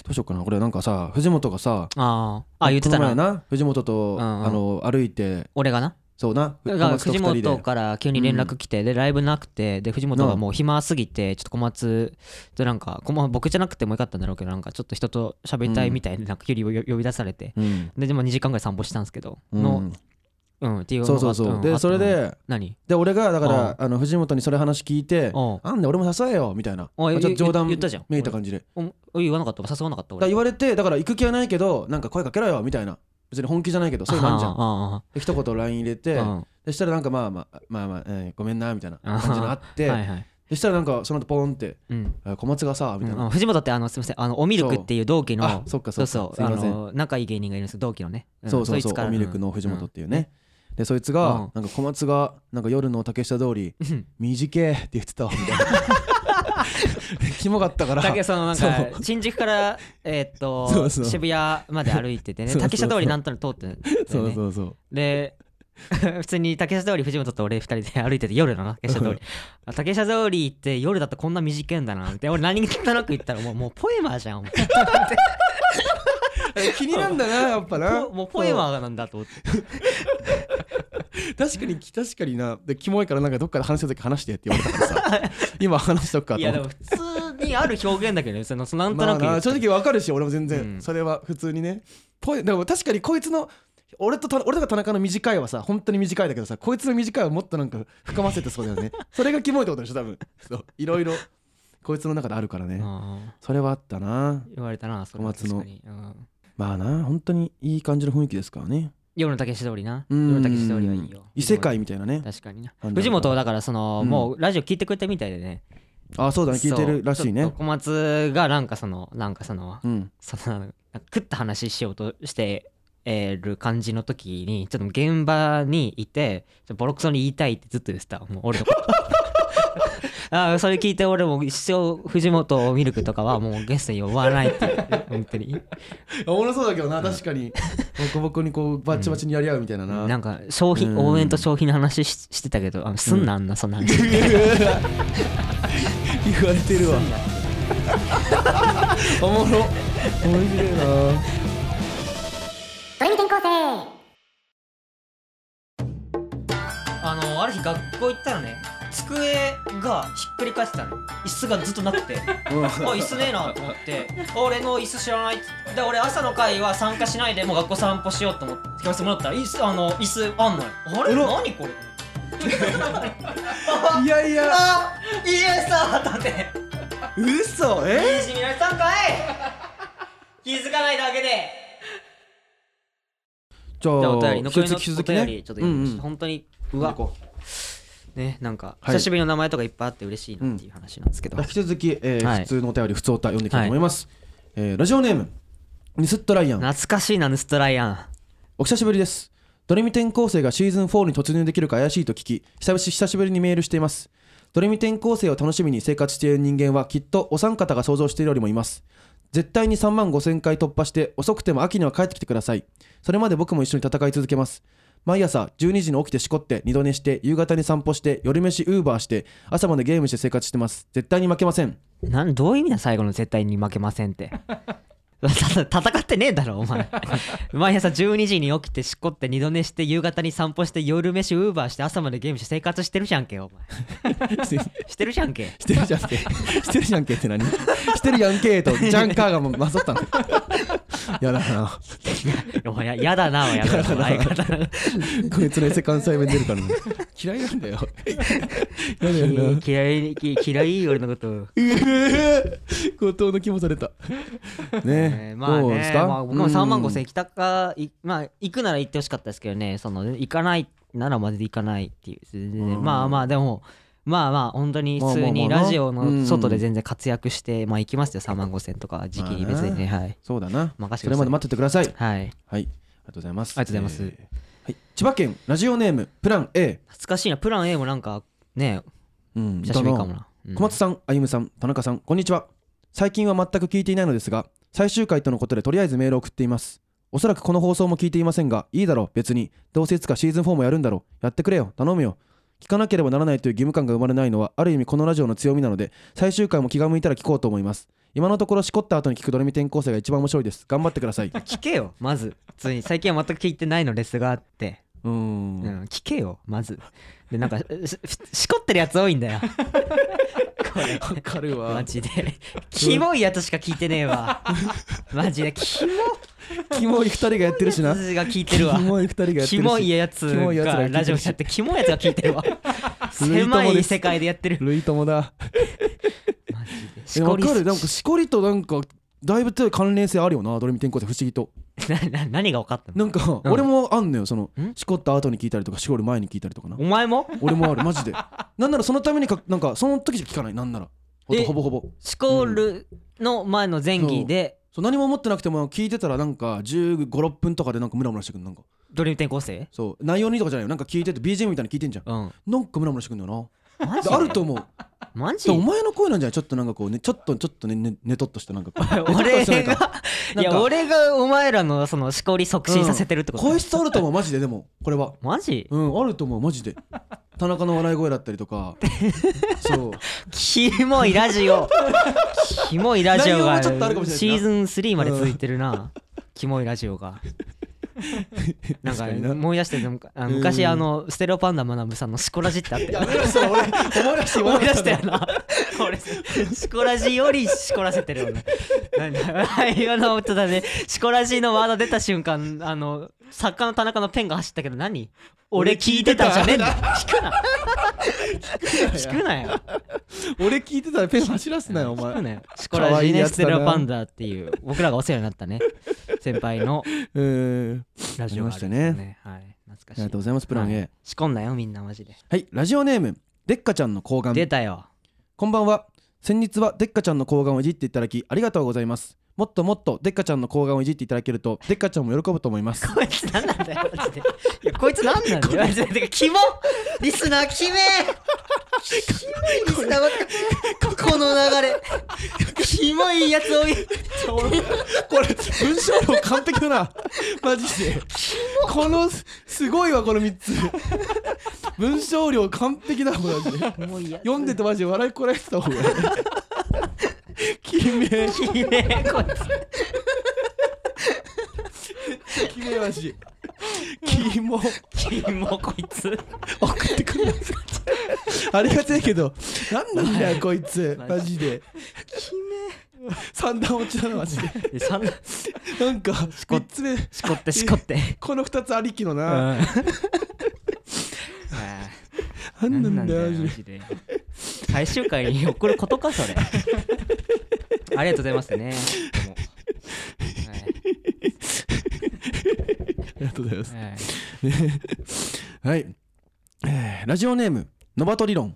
Speaker 1: どうしようかな俺なんかさ藤本がさ
Speaker 2: あーあ言ってた
Speaker 1: この前
Speaker 2: な
Speaker 1: な藤本と、
Speaker 2: うんうん
Speaker 1: あの歩いて
Speaker 2: 俺がな
Speaker 1: そうな
Speaker 2: だ
Speaker 1: 友
Speaker 2: から
Speaker 1: 達と
Speaker 2: 藤
Speaker 1: 二人
Speaker 2: 本
Speaker 1: で
Speaker 2: から急に連絡来て、でライブなくてで藤本がもう暇すぎてちょっと小松となんかこま僕じゃなくてもよかったんだろうけどなんかちょっと人と喋りたいみたいななんか急に呼呼び出されて、
Speaker 1: うん、
Speaker 2: ででも2時間ぐらい散歩したんですけど、
Speaker 1: うん
Speaker 2: のうんっていうのが
Speaker 1: そ
Speaker 2: あ
Speaker 1: う
Speaker 2: った
Speaker 1: そうそう
Speaker 2: んあっ
Speaker 1: で
Speaker 2: た
Speaker 1: それ
Speaker 2: うん
Speaker 1: で
Speaker 2: 何
Speaker 1: で俺がだから
Speaker 2: う
Speaker 1: あの藤本にそれ話聞いて
Speaker 2: うん
Speaker 1: あんで俺も誘えよみたいな
Speaker 2: あ
Speaker 1: まあちょっと
Speaker 2: い
Speaker 1: 冗談
Speaker 2: 言ったじゃん
Speaker 1: めいた感じでだか
Speaker 2: おお言わなかった誘わなかった
Speaker 1: ら
Speaker 2: 俺
Speaker 1: 言われてだから行く気はないけどなんか声かけろよみたいな別に本気じゃないけどそういうのあんじゃん
Speaker 2: あ
Speaker 1: で一言 LINE 入れ
Speaker 2: ー
Speaker 1: て
Speaker 2: あー
Speaker 1: でしたらなんかまあまあまあまあえーごめんなみたいな感じになっ
Speaker 2: うんはい
Speaker 1: て
Speaker 2: はい
Speaker 1: でしたらなんかその後ポンって
Speaker 2: うん
Speaker 1: えー小松がさみたい
Speaker 2: うん
Speaker 1: な
Speaker 2: 藤本ってあのすみませんあのおミルクっていう同
Speaker 1: あ
Speaker 2: 期の
Speaker 1: そっかそ
Speaker 2: そ
Speaker 1: っ
Speaker 2: う
Speaker 1: かすい
Speaker 2: そうあ
Speaker 1: ません
Speaker 2: の仲いい芸人がいるんです同期のね、ん
Speaker 1: そうそう
Speaker 2: い
Speaker 1: そ
Speaker 2: つか
Speaker 1: う
Speaker 2: ら
Speaker 1: おミルクの藤本っていうねでそいつ
Speaker 2: う
Speaker 1: が
Speaker 2: ん
Speaker 1: なんか小松がなんか夜の竹下通り
Speaker 2: うん
Speaker 1: 短えって言ってた わみたいなキモかったから
Speaker 2: だけどそのなん
Speaker 1: そ
Speaker 2: か新宿からえーっと
Speaker 1: そうそう
Speaker 2: 渋谷まで歩いててね
Speaker 1: そうそう
Speaker 2: 竹下通りなんとなく通ってんだよね
Speaker 1: そうそうそう
Speaker 2: で 普通に竹下通り藤本と俺二人で歩いてて夜のな竹下通りあ竹下通りって夜だとこんな短いんだなって俺何気となく言ったらもうもうポエマーじゃ んもう
Speaker 1: 気になんだなやっぱな
Speaker 2: ポもうポエマーなんだと思って
Speaker 1: 確かに確かになでキモいからなんかどっかで話した時話してって言われたから さ今話しとくか
Speaker 2: い
Speaker 1: と
Speaker 2: やで
Speaker 1: 思っ
Speaker 2: も
Speaker 1: て
Speaker 2: 普通にある表現だけどねそのそのなんと
Speaker 1: ま
Speaker 2: な
Speaker 1: あ
Speaker 2: く言
Speaker 1: な
Speaker 2: って
Speaker 1: 正直わかるし俺も全
Speaker 2: う
Speaker 1: 然
Speaker 2: ん
Speaker 1: それは普通にねぽいでも確かにこいつの俺とた俺とか田中の短いはさ本当に短いだけどさこいつの短いはもっとなんか深ませてそうだよ ねそれがキモいってことでしょ多分そういろいろこいつの中であるからね
Speaker 2: うん
Speaker 1: それはあったな
Speaker 2: 言われたなそれは
Speaker 1: 小松の
Speaker 2: 確かにうん
Speaker 1: まあな本当にいい感じの雰囲気ですからね
Speaker 2: 夜の竹下通りな
Speaker 1: うん
Speaker 2: 夜の竹下通りはいいよ
Speaker 1: 異世界みたいなね
Speaker 2: 確かにな
Speaker 1: なんだろうな
Speaker 2: 藤本はだからその、
Speaker 1: うん
Speaker 2: もうラジオ聞いてくれたみたいでね
Speaker 1: あそうだね聞いてるらしい
Speaker 2: そうちょ
Speaker 1: ね
Speaker 2: っと小松がなんかそのなんかその,、
Speaker 1: うん
Speaker 2: そのなんか食った話しようとしてえーる感じの時にちょっと現場にいてちょっとボロクソに言いたいってずっと言ってたもう俺のこと あーそれ聞いて俺も一生藤本ミルクとかはもうゲストに呼ばないって本当に
Speaker 1: おもろそうだけどな確かにボコボコにこうバチバチにやり合うみたいなな
Speaker 2: なんか消費
Speaker 1: うん
Speaker 2: 応援と消費の話ししてたけどあのすんなあんなそんな話
Speaker 1: 言われて るわおもろ面白いな
Speaker 3: ドレミ転校生
Speaker 2: あのある日学校行ったらね机がひっくり返ってたの椅子がずっとな くてあ椅子ねえなと思ってあ俺の椅子知らないっつってで俺朝の会は参加しないでもう学校散歩しようと思って教室もらったら椅子あの椅子あんのよあれ
Speaker 1: うろ
Speaker 2: 何これ
Speaker 1: いやいや
Speaker 2: あイエスだと思って
Speaker 1: 嘘え
Speaker 2: いじめられたんかい気づかないだけで
Speaker 1: じゃ
Speaker 2: じゃあ
Speaker 1: あ
Speaker 2: お便り残りの
Speaker 1: 引き続き
Speaker 2: お便り
Speaker 1: ね
Speaker 2: ちょっと
Speaker 1: う
Speaker 2: 読み
Speaker 1: ん
Speaker 2: ま
Speaker 1: う
Speaker 2: す
Speaker 1: ん
Speaker 2: 本当にう
Speaker 1: 行
Speaker 2: わ
Speaker 1: こ
Speaker 2: ねなんか
Speaker 1: はい
Speaker 2: 久しぶりの名前とかいっぱいあって嬉しいなっていう話なんですけど
Speaker 1: う引き続きえ
Speaker 2: は
Speaker 1: ー
Speaker 2: い
Speaker 1: 普通のお便り普通お便り読んでいきたいと思いますえーラジオネームミスットライアン
Speaker 2: 懐かしいなヌストライアン
Speaker 1: お久しぶりです。ドレミ転校生がシーズン4に突入できるか怪しいと聞き、久々久しぶりにメールしています。ドレミ転校生を楽しみに生活している人間はきっとお三方が想像しているよりもいます。絶対に3万5千回突破して遅くても秋には帰ってきてください。それまで僕も一緒に戦い続けます。毎朝12時に起きてしこって二度寝して夕方に散歩して夜飯ウーバーして朝までゲームして生活してます。絶対に負けません。
Speaker 2: なんどういう意味だ最後の絶対に負けませんって戦ってねえだろお前毎朝12時に起きてしこって二度寝して夕方に散歩して夜飯ウーバーして朝までゲームして生活してるじゃんけお前してるじゃんけ
Speaker 1: してるじゃん けしてるじゃんけって何してるやんけとジャンカーがもう混ざった のやだな
Speaker 2: お前ややだなおやだな相方の
Speaker 1: こいつのセ関西弁出るからね嫌いなんだよやだよな
Speaker 2: き嫌いき嫌い俺のこと、
Speaker 1: 後藤の気もされたね
Speaker 2: えーまあ
Speaker 1: どうで
Speaker 2: ね
Speaker 1: すか
Speaker 2: まあ、僕も3万5千行きたか、いまあ行くなら行ってほしかったですけどねその行かない7までいかないっていう全然
Speaker 1: うん
Speaker 2: まあまあでもまあまあ本当に普通に
Speaker 1: まあまあまあな
Speaker 2: ラジオの外で全然活躍してまあ行きますよ3万5千とか時期に別にねはい
Speaker 1: そうだな
Speaker 2: 任せ
Speaker 1: そ
Speaker 2: てく
Speaker 1: れ
Speaker 2: ださ
Speaker 1: ま
Speaker 2: い
Speaker 1: で待っててくださいはい
Speaker 2: はい
Speaker 1: ありがとうございます
Speaker 2: ありがとうございます
Speaker 1: えーはい、千葉県ラジオネームプラン A
Speaker 2: 懐かしいなプラン A もなんかね
Speaker 1: うん
Speaker 2: 久しぶりかも
Speaker 1: だな
Speaker 2: なうん
Speaker 1: 小松さん、あゆむさん、田中さん、こんにちは。最近は全く聞いていないのですが、最終回とのことでとりあえずメールを送っています。おそらくこの放送も聞いていませんが、いいだろう、別に。どうせいつかシーズン4もやるんだろう。やってくれよ、頼むよ。聞かなければならないという義務感が生まれないのは、ある意味このラジオの強みなので、最終回も気が向いたら聞こうと思います。今のところ、しこった後に聞くドレミ転校生が一番面白いです。頑張ってくだ さい。う
Speaker 2: 聞けよまず普通に最近は全く聞いてないのですがって
Speaker 1: ー
Speaker 2: うん
Speaker 1: ん。
Speaker 2: 聞けよまずでなんかし しこってるやつ多いんだよこれ
Speaker 1: わかる
Speaker 2: マ。ジでキモいやつしか聞いてねえわマジでキモい
Speaker 1: キモい2人がやってるしな
Speaker 2: や。つが聞いて
Speaker 1: キ
Speaker 2: るわ
Speaker 1: モい2人がやってるし。
Speaker 2: キモいやつ
Speaker 1: キモいやつらが聞いて
Speaker 2: が
Speaker 1: るし
Speaker 2: ラジオやってキモいやつが聞いてるわ
Speaker 1: 類友
Speaker 2: 狭
Speaker 1: です
Speaker 2: い世界でやってる
Speaker 1: ルイ友だ。え
Speaker 2: マジでし
Speaker 1: わ
Speaker 2: こり
Speaker 1: かるなんかしこりとなんかだいぶ強い関連性あるよなドレミ転校生不思議と
Speaker 2: なな何が分かったの
Speaker 1: なんか
Speaker 2: うん
Speaker 1: 俺もあんのよその
Speaker 2: ん
Speaker 1: しこった後に聞いたりとかしこる前に聞いたりとかな
Speaker 2: お前も
Speaker 1: 俺もあるマ ジでなんならそのためにかなんかその時しか聞かないなんならほ
Speaker 2: え
Speaker 1: とほぼほぼ
Speaker 2: シコルの前の前儀で
Speaker 1: そう何も思ってなくても聞いてたらなんか1 5 6分とかでなんかムラムラしてくんなんか
Speaker 2: ドリーム転校生
Speaker 1: そう内容にとかじゃないよなんか聞いてて BGM みたいに聞いてんじゃん
Speaker 2: うん
Speaker 1: なんかムラムラしてくんだよ
Speaker 2: マジ
Speaker 1: なあると思う
Speaker 2: マ
Speaker 1: で
Speaker 2: ジ
Speaker 1: お前の声なんじゃないちょっとなんかこうねちょっとちょっとねねねとっとしたなんかこう
Speaker 2: 俺
Speaker 1: ねとっとしたなんか
Speaker 2: がい
Speaker 1: なん
Speaker 2: や
Speaker 1: か
Speaker 2: 俺がお前らのそのしこり促進させてるってこと
Speaker 1: 声質あると思うマジででもこれは
Speaker 2: マジ
Speaker 1: うんあると思うマジ で田中の笑い声だったりとかそう
Speaker 2: キモいラジオキモいラジオ
Speaker 1: 内容
Speaker 2: が
Speaker 1: もち
Speaker 2: シ
Speaker 1: ょっとあるかもしれないな
Speaker 2: ーズン3まで続いてるなキモいラジ オがなん
Speaker 1: 確
Speaker 2: か
Speaker 1: かにな
Speaker 2: 思い出してるのあの
Speaker 1: うん
Speaker 2: 昔あのステレオパンダ学ぶさんのしこラジってあ ったよ
Speaker 1: やめろそれ俺思い出して言わ
Speaker 2: 思
Speaker 1: ないかっ
Speaker 2: 出
Speaker 1: た
Speaker 2: したよな俺シコラジよりシコらせてるよねなんだ今の音だねシコラジのワード出た瞬間あの作家の田中のペンが走ったけど何俺聞いてたじゃねえんだ聞くな聞くなよ
Speaker 1: 俺聞いてたらペン走らすなよお
Speaker 2: 聞く
Speaker 1: 前
Speaker 2: なよシコラジ
Speaker 1: 可愛い
Speaker 2: ね
Speaker 1: や
Speaker 2: ス
Speaker 1: つだ
Speaker 2: テ
Speaker 1: な
Speaker 2: ラパンダっていう僕らがお世話になったね 先輩 の
Speaker 1: うん
Speaker 2: ラジオがあるんですよねはい
Speaker 1: あ
Speaker 2: 懐
Speaker 1: りが
Speaker 2: かしい
Speaker 1: とうございますプラン A は、
Speaker 2: はい仕込んだよみんなマジで
Speaker 1: ラジオネームでっかちゃんの睾
Speaker 2: 出
Speaker 1: 丸
Speaker 2: たよ
Speaker 1: こんばんは先日はでっかちゃんの睾丸をいじっていただきありがとうございますもっともっとでっかちゃんの睾丸をいじっていただけるとでっかちゃんも喜ぶと思います
Speaker 2: こいつ何なんだよマジでいやこいつ何なんだよマジでてかキモリスナーキメキモいリスナーばっかこの流れキモいやつ多い
Speaker 1: これ文章量完璧だ なマジでこのすすごいわこの3つ文章量完璧だマジで
Speaker 2: キモいや
Speaker 1: 読んでてマジで笑いこらえてた 方がいいキメ
Speaker 2: つキメこいつ
Speaker 1: キメマジキモ
Speaker 2: キモこいつ
Speaker 1: 送ってくるやつありがたいけど何なんだよこいつマジで
Speaker 2: キ
Speaker 1: 三段落ちだなマジで
Speaker 2: メそんな
Speaker 1: なんか3つ目
Speaker 2: しこってしこって
Speaker 1: この2つありきの
Speaker 2: う
Speaker 1: な、
Speaker 2: ん
Speaker 1: 何なんだよマジ
Speaker 2: マ
Speaker 1: で
Speaker 2: ジで最終回に送ることかそれ ありがとうございますねでも
Speaker 1: ありがとうございます
Speaker 2: はい
Speaker 1: は
Speaker 2: はい
Speaker 1: い、えーラジオネームノバト理論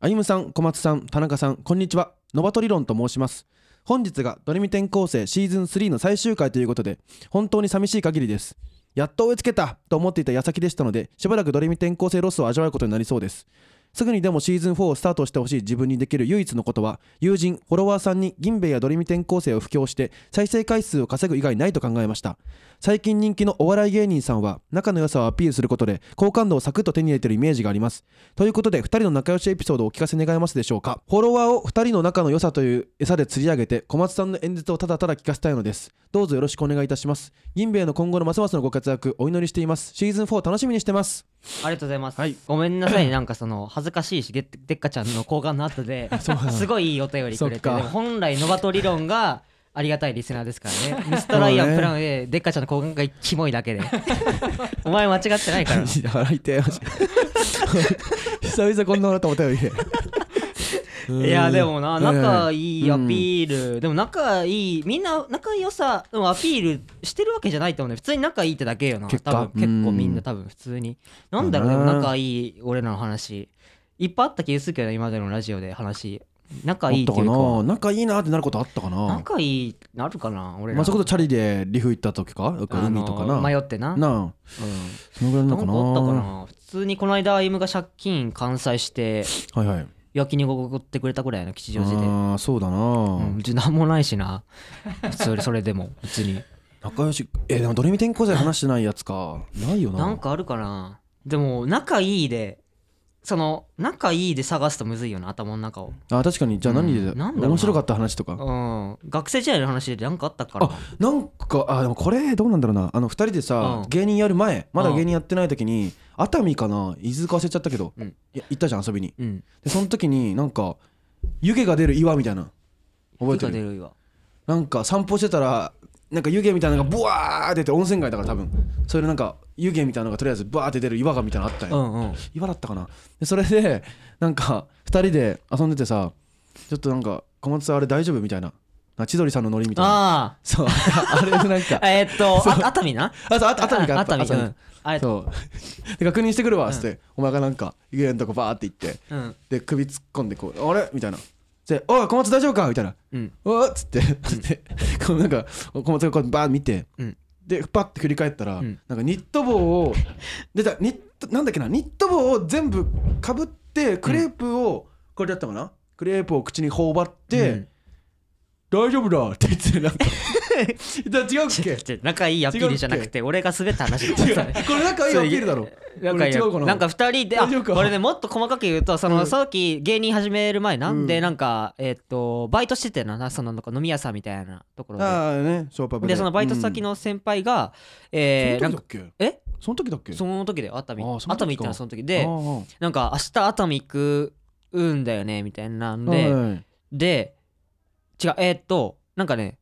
Speaker 1: あゆむさん小松さん田中さんこんにちはノバト理論と申します本日がドレミ転校生シーズン3の最終回ということで本当に寂しい限りですやっと追いつけたと思っていた矢先でしたのでしばらくドレミ転校生ロスを味わうことになりそうですすぐにでもシーズン4をスタートしてほしい自分にできる唯一のことは友人フォロワーさんに銀兵衛やドレミ転校生を布教して再生回数を稼ぐ以外ないと考えました最近人気のお笑い芸人さんは仲の良さをアピールすることで好感度をサクッと手に入れているイメージがありますということで2人の仲良しエピソードをお聞かせ願えますでしょうかフォロワーを2人の仲の良さという餌で釣り上げて小松さんの演説をただただ聞かせたいのですどうぞよろしくお願いいたします銀兵衛の今後のますますのご活躍お祈りしていますシーズン4楽しみにしてます
Speaker 2: ありがとうございます、
Speaker 1: はい
Speaker 2: ごめんなさいなんかその恥ずかしいしででっかちゃんの交換の後で
Speaker 1: そうなの
Speaker 2: すごいいいお便りくれ
Speaker 1: そ
Speaker 2: て
Speaker 1: っか
Speaker 2: でも本来ノバト理論がありがたいリスナーですからねミストライ ア
Speaker 1: そう
Speaker 2: ン
Speaker 1: ね
Speaker 2: プラン A でっかちゃんの交換がキモいだ けでお前間違ってないから
Speaker 1: マ ジで腹痛いマジで久々こんな笑ったお便りでうん
Speaker 2: いやでもな仲
Speaker 1: ええ
Speaker 2: いいアピールでも仲いいみんな仲良さのアピールしてるわけじゃないと思うね普通に仲いいってだけよな
Speaker 1: 結果
Speaker 2: 多分結
Speaker 1: う
Speaker 2: 構
Speaker 1: ん
Speaker 2: みんな多分普通になんだろう
Speaker 1: だ
Speaker 2: で
Speaker 1: な
Speaker 2: も仲いい俺らの話いっぱいあった気がするけどな今までのラジオで話仲いいっ
Speaker 1: あ
Speaker 2: て
Speaker 1: った
Speaker 2: い
Speaker 1: か
Speaker 2: う
Speaker 1: な
Speaker 2: か
Speaker 1: 仲いいなってなることあったかな
Speaker 2: 仲いいなるかな俺ら
Speaker 1: まあそれこそチャリでリフ行った時か海とか
Speaker 2: あ
Speaker 1: な
Speaker 2: の迷ってな
Speaker 1: なあ
Speaker 2: う
Speaker 1: そのぐらい
Speaker 2: ん
Speaker 1: な
Speaker 2: な
Speaker 1: の
Speaker 2: んか
Speaker 1: かな
Speaker 2: あったかな普通にこの間歩夢が借金完済して
Speaker 1: はいはい
Speaker 2: 焼肉を送ってくれたぐらいの吉祥寺で
Speaker 1: ああそうだな、
Speaker 2: うん、うち何もないしな普通 にそれでも普通に
Speaker 1: 仲良しえーでもドレミ転校生話してないやつ かないよな
Speaker 2: なんかあるかなでも仲いいでその仲いいで探すとむずいよな頭の中を
Speaker 1: あ確かにじゃあ何で、
Speaker 2: うんなんだろうな
Speaker 1: 面白かった話とか
Speaker 2: うん学生時代の話で何かあったから
Speaker 1: あなんかあでもこれどうなんだろうなあの2人でさ、
Speaker 2: うん
Speaker 1: 芸人やる前まだ
Speaker 2: うん
Speaker 1: 芸人やってない時に熱海かな伊豆か忘れちゃったけど、
Speaker 2: うん
Speaker 1: いや行ったじゃん遊びに
Speaker 2: うん
Speaker 1: でその時になんか湯気が出る岩みたいな覚えてる
Speaker 2: 手が出るわ
Speaker 1: なんか散歩してたらなんか湯気みたいなのがブワーって出て温泉街だから多分それでなんか湯気みたいなのがとりあえずバーって出る岩がみたいなのあったん
Speaker 2: う
Speaker 1: よ、
Speaker 2: んうん
Speaker 1: 岩だったかなでそれでなんか2人で遊んでてさちょっとなんか小松さんあれ大丈夫みたいなな千鳥さんのノリみたいな
Speaker 2: あ
Speaker 1: そう あれでなんか
Speaker 2: あえーっとあ熱海な
Speaker 1: あそうあ熱海か
Speaker 2: あ
Speaker 1: やっぱ
Speaker 2: 熱海
Speaker 1: 熱海
Speaker 2: うんあれ
Speaker 1: そうで確認してくるわっつって、お前がなんか湯気のとこバーって行って
Speaker 2: うん
Speaker 1: で首突っ込んでこう「あれ?」みたいな「でおい小松大丈夫か?」みたいな
Speaker 2: うん
Speaker 1: 「おっ」つってでこうなんか小松がこうバーって見て、
Speaker 2: うん
Speaker 1: でパッて振り返ったら、
Speaker 2: うん
Speaker 1: なんかニット帽を出たニットなんだっけなニット帽を全部かぶってクレープを、これだったかなクレープを口に頬張って「
Speaker 2: うん
Speaker 1: 大丈夫だ」って言ってなんかじゃあ違うっけ
Speaker 2: ちょ仲いいアピールじゃなくて俺が滑った話 だ
Speaker 1: 違
Speaker 2: よ
Speaker 1: うこれ仲いいアピールだろ
Speaker 2: なん
Speaker 1: こ
Speaker 2: か
Speaker 1: れ違うかな
Speaker 2: なんか2人であ
Speaker 1: 大丈夫か
Speaker 2: 俺ねもっと細かく言うとその、
Speaker 1: うん
Speaker 2: さっき芸人始める前なんで、
Speaker 1: うん
Speaker 2: なんかえっとバイトしてたよなそのなんか飲み屋さんみたいなところで
Speaker 1: ああねショーパブ
Speaker 2: でそのバイト先、の先輩が、えー
Speaker 1: そ
Speaker 2: な
Speaker 1: の
Speaker 2: ん
Speaker 1: 時だ
Speaker 2: か
Speaker 1: っけ
Speaker 2: え
Speaker 1: その時だっけ
Speaker 2: その時で熱海
Speaker 1: あーその時か
Speaker 2: 熱海ってのはその
Speaker 1: あ
Speaker 2: 時で
Speaker 1: ー
Speaker 2: なんか明日熱海行くんだよねみたいなん
Speaker 1: はい
Speaker 2: で、
Speaker 1: はい
Speaker 2: で違うえーっとなんかね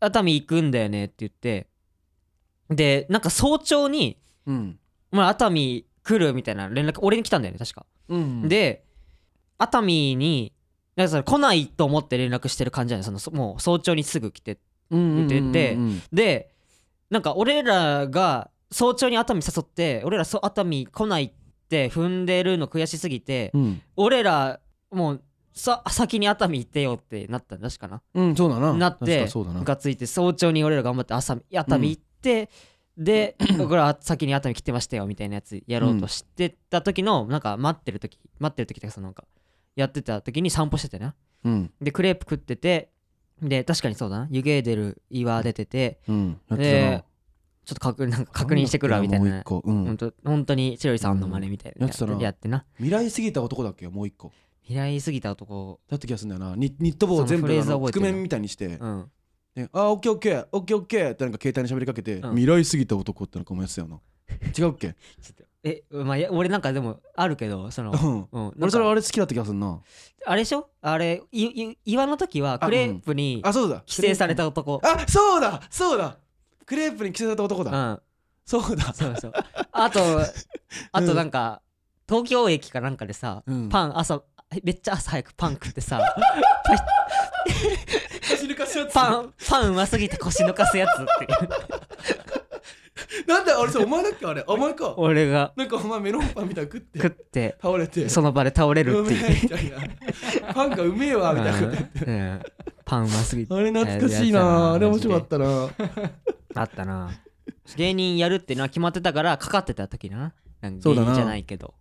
Speaker 2: 熱海行くんだよねって言ってでなんか早朝に
Speaker 1: うん
Speaker 2: まあ、熱海来るみたいな連絡俺に来たんだよね確か、
Speaker 1: うん、
Speaker 2: で熱海になんかその来ないと思って連絡してる感じじゃないそのそもう早朝にすぐ来て
Speaker 1: うん
Speaker 2: 出て
Speaker 1: うんうんうん
Speaker 2: でなんか俺らが早朝に熱海誘って俺らそ熱海来ないって踏んでるの悔しすぎて、
Speaker 1: うん
Speaker 2: 俺らもうさ先に熱海行ってよってなったんだ確かな
Speaker 1: うん、そうだな。
Speaker 2: なって
Speaker 1: 確かそうだな。
Speaker 2: ムカついて早朝に俺ら頑張って朝熱海行って、 で僕ら先に熱海来てましたよみたいなやつやろうとしてた時の、なんか待ってる時待ってる時っていうかそのなんかやってた時に散歩しててな
Speaker 1: うん、
Speaker 2: でクレープ食っててで確かにそうだな湯気出る岩出てて
Speaker 1: うん、やってたな
Speaker 2: でちょっと確なんか確認してくるわみたい
Speaker 1: もう
Speaker 2: な
Speaker 1: 一個、うん
Speaker 2: 本当本当に千鳥さんの真似みたいな
Speaker 1: やってたな
Speaker 2: やってな
Speaker 1: 未来すぎた男だっけ、もう一個。
Speaker 2: 嫌いすぎた男
Speaker 1: だった気がするんだよな。ニニット帽を全部
Speaker 2: そのフレーズ
Speaker 1: あの
Speaker 2: 覚えて
Speaker 1: 覆
Speaker 2: る
Speaker 1: 面みたいにして、
Speaker 2: うん
Speaker 1: であー、オッケーオッケー、オッケーオッケーってなんか携帯に喋りかけて、
Speaker 2: うん
Speaker 1: 未来すぎた男ってなんか思いやつだよな。違うっけ
Speaker 2: ちょっとえまあいや俺なんかでもあるけど その
Speaker 1: うん。
Speaker 2: うんなんか
Speaker 1: 俺それあれ好きだった気がするな。
Speaker 2: あれでしょあれいい岩の時はクレープに
Speaker 1: あ、そうだ。
Speaker 2: 寄生された男
Speaker 1: あ、そうだそうだクレープに着せられた男
Speaker 2: う
Speaker 1: だ。
Speaker 2: ん
Speaker 1: そうだ。
Speaker 2: そうそうあとあとなんか東京駅かなんかでさ
Speaker 1: うん
Speaker 2: パン朝めっちゃ朝早くパン食ってさ
Speaker 1: 走りかすやつ
Speaker 2: パンパンうますぎて腰抜かすやつっていう
Speaker 1: なんだ俺それお前だっけあれお前か
Speaker 2: 俺が
Speaker 1: なんかお前メロンパンみたいなの食って
Speaker 2: 食って
Speaker 1: 倒れて
Speaker 2: その場で倒れる
Speaker 1: う
Speaker 2: っ
Speaker 1: め
Speaker 2: て
Speaker 1: え
Speaker 2: いう
Speaker 1: みたいなパンがうめえわみたいな
Speaker 2: うんうんパンうますぎて
Speaker 1: あれ懐かしい
Speaker 2: やつだ
Speaker 1: なあれ面白かったな
Speaker 2: あったな芸人やるってのは決まってたからかかってた時ななんか
Speaker 1: そう
Speaker 2: 芸
Speaker 1: だな
Speaker 2: 人じゃないけど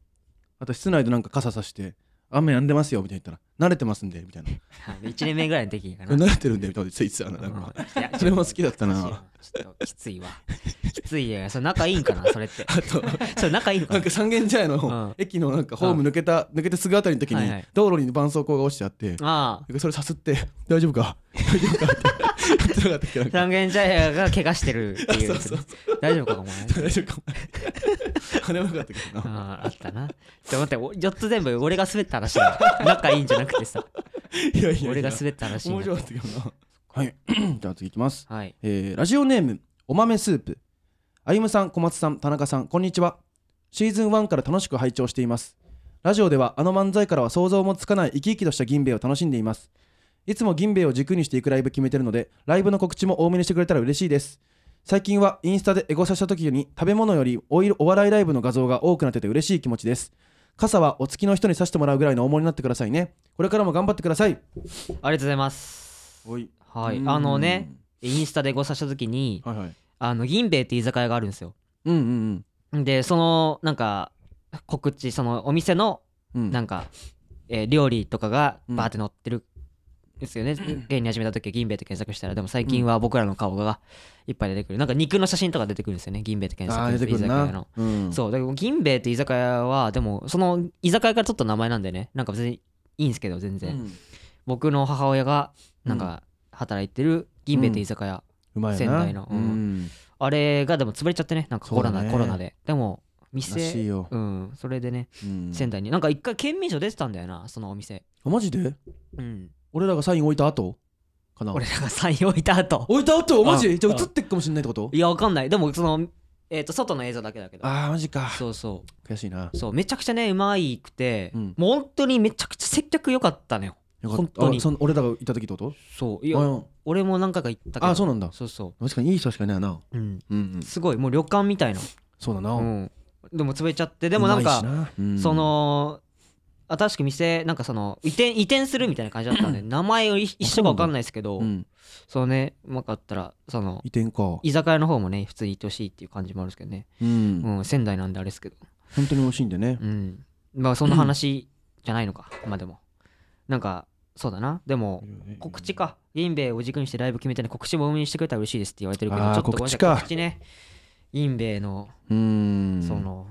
Speaker 1: あと室内でなんか傘さして雨止んでますよみたいな言ったら慣れてますんでみたいな
Speaker 2: 1年目ぐらいの時かな
Speaker 1: 慣れてるんでみたいなこと言ってたななんか
Speaker 2: うんいや
Speaker 1: それも好きだったな
Speaker 2: ちょっときついわ。きついよ。それ仲いいんかな、それって。
Speaker 1: あと
Speaker 2: それ仲いいのか
Speaker 1: な
Speaker 2: なん
Speaker 1: か三軒茶屋の
Speaker 2: うん
Speaker 1: 駅のなんかホーム抜けた抜けてすぐあたりの時
Speaker 2: はいは
Speaker 1: に
Speaker 2: い
Speaker 1: 道路に絆創膏が落ちてあって
Speaker 2: ああ。
Speaker 1: それさすって大丈夫か大丈夫かって言ってなかったっけなんか
Speaker 2: 三軒茶屋が怪我してるっていう。
Speaker 1: そうそう
Speaker 2: 大丈夫か、お前。
Speaker 1: 大丈夫かお前あれはよかったけどな
Speaker 2: あああったな。ちょ待ってお、4つ全部俺が滑った話だよ。仲いいんじゃなくてさ、
Speaker 1: いやいやいや
Speaker 2: 俺が滑った話に
Speaker 1: 面
Speaker 2: なる
Speaker 1: 白かったけどなはい じゃあ次いきます、
Speaker 2: はい。
Speaker 1: えーラジオネームお豆スープあゆむさん小松さん田中さんこんにちはシーズン1から楽しく拝聴していますラジオではあの漫才からは想像もつかない生き生きとした銀兵衛を楽しんでいますいつも銀兵衛を軸にしていくライブ決めてるのでライブの告知も多めにしてくれたら嬉しいです最近はインスタでエゴサした時に食べ物よりお色お笑いライブの画像が多くなってて嬉しい気持ちです傘はお付きの人にさしてもらうぐらいの重りになってくださいねこれからも頑張ってください
Speaker 2: りがとうございます
Speaker 1: おい
Speaker 2: は
Speaker 1: う
Speaker 2: い
Speaker 1: ん
Speaker 2: あのねインスタでごさした時に
Speaker 1: はいはい
Speaker 2: あの銀兵衛って居酒屋があるんですよ
Speaker 1: うんうん
Speaker 2: でそのなんか告知そのお店の
Speaker 1: うんうん
Speaker 2: なんか、えー料理とかが
Speaker 1: うん
Speaker 2: バーって載ってるんですよね、芸人始めた時銀兵衛って検索したらでも最近は僕らの顔がいっぱい出てくるなんか肉の写真とか出てくるんですよね銀兵衛って検
Speaker 1: あー
Speaker 2: 索
Speaker 1: 出てくる
Speaker 2: 居酒屋
Speaker 1: な
Speaker 2: の、
Speaker 1: うん、
Speaker 2: そうだから銀兵衛って居酒屋はでもその居酒屋からちょっと名前なんでねなんか別にいいんですけど全
Speaker 1: う
Speaker 2: 然、
Speaker 1: ん
Speaker 2: 僕の母親がなんか働いてる銀兵衛って居酒屋、
Speaker 1: うまいよな
Speaker 2: 仙台の
Speaker 1: う
Speaker 2: うん
Speaker 1: ん
Speaker 2: あれがでも潰れちゃってねなんかコロ
Speaker 1: そう
Speaker 2: ナ、
Speaker 1: だね
Speaker 2: コロナででも
Speaker 1: らしい
Speaker 2: 店
Speaker 1: よ、
Speaker 2: うんそれでね
Speaker 1: うん、
Speaker 2: 仙台になんか一回県民賞出てたんだよなそのお店
Speaker 1: あマジで
Speaker 2: うん
Speaker 1: 俺らがサイン置いた後かな
Speaker 2: 俺らがサイン置いた後
Speaker 1: 置いた後マジ
Speaker 2: あ
Speaker 1: じゃあ映ってっかもしんないってこと
Speaker 2: いやわかんないでもそのえっ、と外の映像だけだけど
Speaker 1: あーマジか
Speaker 2: そうそ
Speaker 1: 悔しいな
Speaker 2: うそうめちゃくちゃねうまいくて、
Speaker 1: うん
Speaker 2: もう本当にめちゃくちゃ接客良かったのよ
Speaker 1: よかった
Speaker 2: 本当に
Speaker 1: あその俺らがいた時ってこと
Speaker 2: そうい
Speaker 1: あ
Speaker 2: や
Speaker 1: うん
Speaker 2: 俺も何回か行ったけど
Speaker 1: あそうなんだ
Speaker 2: そうそ
Speaker 1: 確かにいい人しかいないよな
Speaker 2: ううん
Speaker 1: うんうん
Speaker 2: すごいもう旅館みたいな
Speaker 1: そうだな、
Speaker 2: うんでも潰れちゃってでもなんか
Speaker 1: うまいしなうん
Speaker 2: その新しく店なんかその移転移転するみたいな感じだったんで名前をい一緒か分かんないですけど、
Speaker 1: うん
Speaker 2: そのねうまかったらその
Speaker 1: 移転か
Speaker 2: 居酒屋の方もね普通に行ってほしいっていう感じもあるんですけどね、
Speaker 1: うん
Speaker 2: うん、仙台なんであれですけど
Speaker 1: 本当に美味しいんでね
Speaker 2: うんまあそんな話じゃないのかまあでもなんかそうだなでも告知か銀兵衛を軸にしてライブ決めてね告知も運営してくれたら嬉しいですって言われてるけどちょ
Speaker 1: あー
Speaker 2: っと
Speaker 1: 告知
Speaker 2: ごめんなさい
Speaker 1: か
Speaker 2: 告知ね銀兵衛の
Speaker 1: うん
Speaker 2: その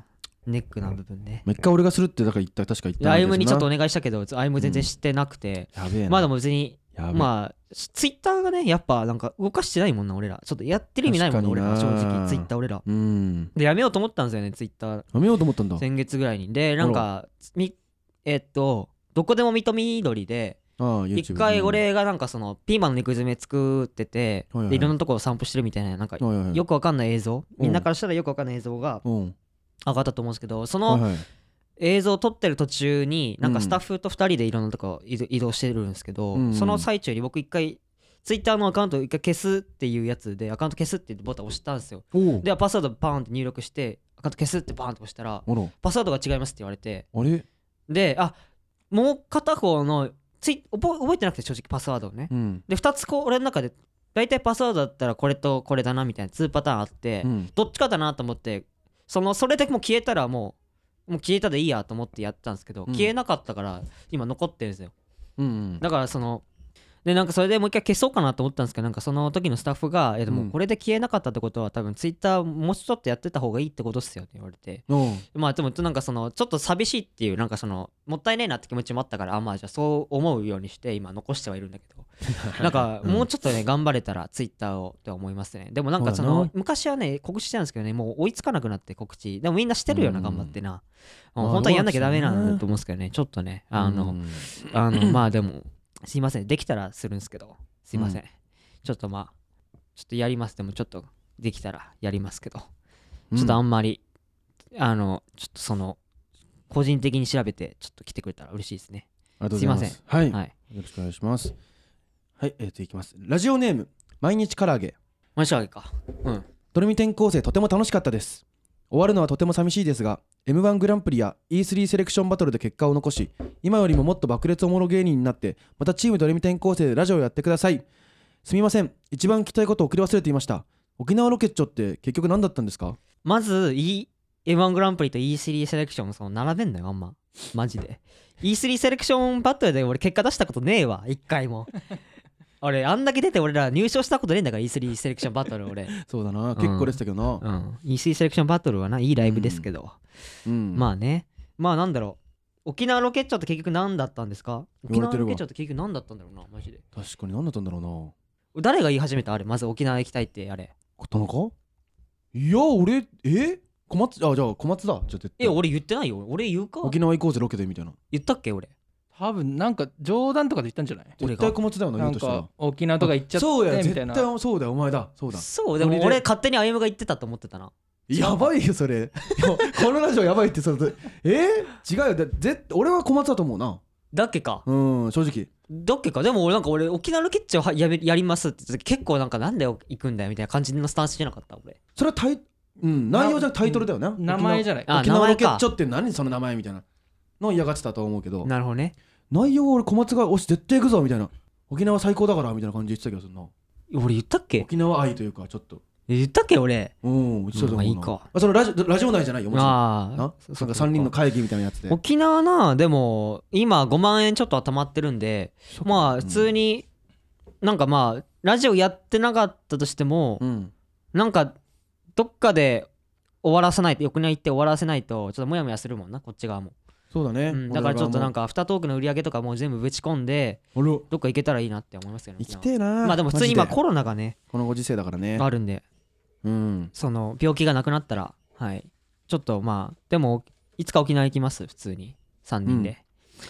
Speaker 2: ネックな部分ね、
Speaker 1: もう一回俺がするってだから言った確か言っ
Speaker 2: で
Speaker 1: た
Speaker 2: 歩
Speaker 1: んだけどな
Speaker 2: 夢にちょっとお願いしたけど歩夢全然知ってなくて、
Speaker 1: やべえな
Speaker 2: まあでも別に
Speaker 1: やべえ
Speaker 2: まあツイッターがねやっぱなんか動かしてないもんな俺らちょっとやってる意味ないもんな
Speaker 1: 確
Speaker 2: 俺
Speaker 1: かに
Speaker 2: ら
Speaker 1: な
Speaker 2: 正直ツイッター俺ら
Speaker 1: うん
Speaker 2: でやめようと思ったんですよねツイッター
Speaker 1: やめようと思ったんだ
Speaker 2: 先月ぐらいにでなんかみえっとどこでも認みどりで
Speaker 1: ああ YouTube
Speaker 2: 一回俺がなんかそのピーマンの肉詰め作ってて
Speaker 1: はいはい
Speaker 2: でいろんなところ散歩してるみたいななんか
Speaker 1: はいはいはい
Speaker 2: よくわかんない映像
Speaker 1: うん
Speaker 2: みんなからしたらよくわかんない映像が
Speaker 1: うん
Speaker 2: 上がったと思うんですけどそ
Speaker 1: はい
Speaker 2: の
Speaker 1: はい
Speaker 2: 映像を撮ってる途中になん
Speaker 1: う
Speaker 2: か
Speaker 1: ん
Speaker 2: スタッフと2人でいろんなとこ移動移動してるんですけ
Speaker 1: うんうん
Speaker 2: どその最中に僕一回ツイッターのアカウント一回消すっていうやつでアカウント消すっていうボタン押したんですよ
Speaker 1: おお
Speaker 2: でパスワードパーンって入力してアカウント消すってパーンって押したら
Speaker 1: あら
Speaker 2: パスワードが違いますって言われて
Speaker 1: あれ
Speaker 2: であもう片方のツイ覚覚えてなくて正直パスワードをね、
Speaker 1: うん
Speaker 2: で2つこう俺の中で大体パスワードだったらこれとこれだなみたいな2パターンあって、
Speaker 1: うん
Speaker 2: どっちかだなと思ってそのそれでもう消えたらもうもう消えたでいいやと思ってやってたんですけど、
Speaker 1: うん
Speaker 2: 消えなかったから今残ってるんですよ
Speaker 1: うんうん
Speaker 2: だからそのでなんかそれでもう一回消そうかなと思ったんですけどなんかその時のスタッフが「いやで
Speaker 1: うん
Speaker 2: もこれで消えなかったってことは多分ツイッターもうちょっとやってた方がいいってことっすよ」って言われて
Speaker 1: おう
Speaker 2: まあでもなんかそのちょっと寂しいっていうなんかそのもったいねえなって気持ちもあったからあまあじゃあそう思うようにして今残してはいるんだけど なんかもうちょっとね頑張れたらツイッターをって思いますねでもなんかそ
Speaker 1: そうだな
Speaker 2: の昔はね告知してたんですけどねもう追いつかなくなって告知でもみんなしてるよう
Speaker 1: う
Speaker 2: なん頑張ってな
Speaker 1: まあ
Speaker 2: 本当はやんなきゃダメなんだと思うんですけどねちょっとねあ
Speaker 1: う
Speaker 2: の
Speaker 1: ん
Speaker 2: あのまあでもすいませんできたらするんですけどすいませんちょっとまあちょっとやりますでもちょっとできたらやりますけどちょっとあんまり、あの、ちょっとその、個人的に調べて、ちょっと来てくれたら嬉しいですね。
Speaker 1: ありがとうございます
Speaker 2: い
Speaker 1: はい、よ
Speaker 2: はい。
Speaker 1: ろしくお願いしますはいえっ、といきますラジオネーム毎日唐揚げ
Speaker 2: 面白いか。うん。
Speaker 1: ドルミ転校生とても楽しかったです終わるのはとても寂しいですが m 1グランプリや E3 セレクションバトルで結果を残し今よりももっと爆裂おもろ芸人になってまたチームドルミ転校生でラジオをやってくださいすみません一番聞きたいことを送り忘れていました沖縄ロケッチョって結局何だったんですか
Speaker 2: まず、E、M1 グランプリと E3 セレクション、その、並べんのよ、あんま。マジで。E3 セレクションバトルで俺結果出したことねえわ、一 回も。俺、あんだけ出て俺ら入賞したことねえんだから、E3 セレクションバトル俺。
Speaker 1: そうだな
Speaker 2: うん
Speaker 1: 結構でしたけどな
Speaker 2: うん。E3 セレクションバトルはな、いいライブですけど。
Speaker 1: うん
Speaker 2: まあね。まあなんだろう。沖縄ロケッチョって結局何だったんですか沖
Speaker 1: 言われ
Speaker 2: 縄
Speaker 1: てる
Speaker 2: ロ
Speaker 1: わ
Speaker 2: ケッチョって結局何だったんだろうな、マジで。
Speaker 1: 確かに何だったんだろうな
Speaker 2: 誰が言い始めたあれまず沖縄行きたいってあれ
Speaker 1: 田中いや俺え小松あじゃあ小松だじゃあ絶対
Speaker 2: え俺言ってないよ俺言うか
Speaker 1: 沖縄行こうぜロケでみたいな
Speaker 2: 言ったっけ俺
Speaker 4: 多分なんか冗談とかで言ったんじゃない
Speaker 2: 俺
Speaker 1: 絶
Speaker 2: が
Speaker 1: 対小松だよな
Speaker 4: な
Speaker 1: 言うんとしたら
Speaker 4: か沖縄とか行っちゃっ
Speaker 1: そうや
Speaker 4: てみ
Speaker 1: 絶
Speaker 4: たい
Speaker 1: 対
Speaker 4: な
Speaker 1: そうだよお前だそうだ
Speaker 2: そうでも
Speaker 4: ノリ
Speaker 2: 俺
Speaker 4: で
Speaker 2: 勝手に歩夢が言ってたと思ってたな
Speaker 1: やばいよそれ このラジオやばいってそれえー、違うよだぜ俺は小松だと思うな
Speaker 2: だっけか
Speaker 1: うん正直
Speaker 2: だっけかでも俺なんか俺沖縄のキッチンをはやめやりますって言って結構なんかなんで行くんだよみたいな感じのスタンスじゃなかった俺
Speaker 1: それはタイ、うん、内容じゃなくタイトルだよね
Speaker 4: 名前じゃない
Speaker 2: あ
Speaker 1: 沖縄
Speaker 2: 名
Speaker 1: ロ
Speaker 2: 前
Speaker 1: ケ
Speaker 2: か
Speaker 1: ッチョって何その名前みたいなの嫌がってたと思うけど
Speaker 2: なるほどね
Speaker 1: 内容は俺小松が「おし絶対行くぞ」みたいな「沖縄最高だから」みたいな感じで言ってたけどそんな
Speaker 2: 俺言ったっけ
Speaker 1: 沖縄愛というかちょっと
Speaker 2: 言ったっけ俺
Speaker 1: うん言ってたと思うな
Speaker 2: まあいいか
Speaker 1: あそのラジオラジオ内じゃないよもちろん
Speaker 2: あ
Speaker 1: な
Speaker 2: あ
Speaker 1: なんか3人の会議みたいなやつで
Speaker 2: 沖縄なでも今5万円ちょっと溜まってるんでまあ普通になんかまあラジオやってなかったとしても
Speaker 1: うん
Speaker 2: なんかどっかで終わらさないとくないって終わらせないとちょっとモヤモヤするもんなこっち側も、
Speaker 1: そうだね、
Speaker 2: うんだからちょっとなん
Speaker 1: か
Speaker 2: かアフタートークの売り上げとかもう全部ぶち込んで
Speaker 1: あら行
Speaker 2: どっか行けたらいいなって思いますけどね
Speaker 1: きてえな
Speaker 2: まあでも普通に今
Speaker 1: マジで
Speaker 2: コロナがね
Speaker 1: このご時世だからね
Speaker 2: あるんで
Speaker 1: うん
Speaker 2: その病気がなくなったらはいちょっとまあでもいつか沖縄行きます普通に3人で、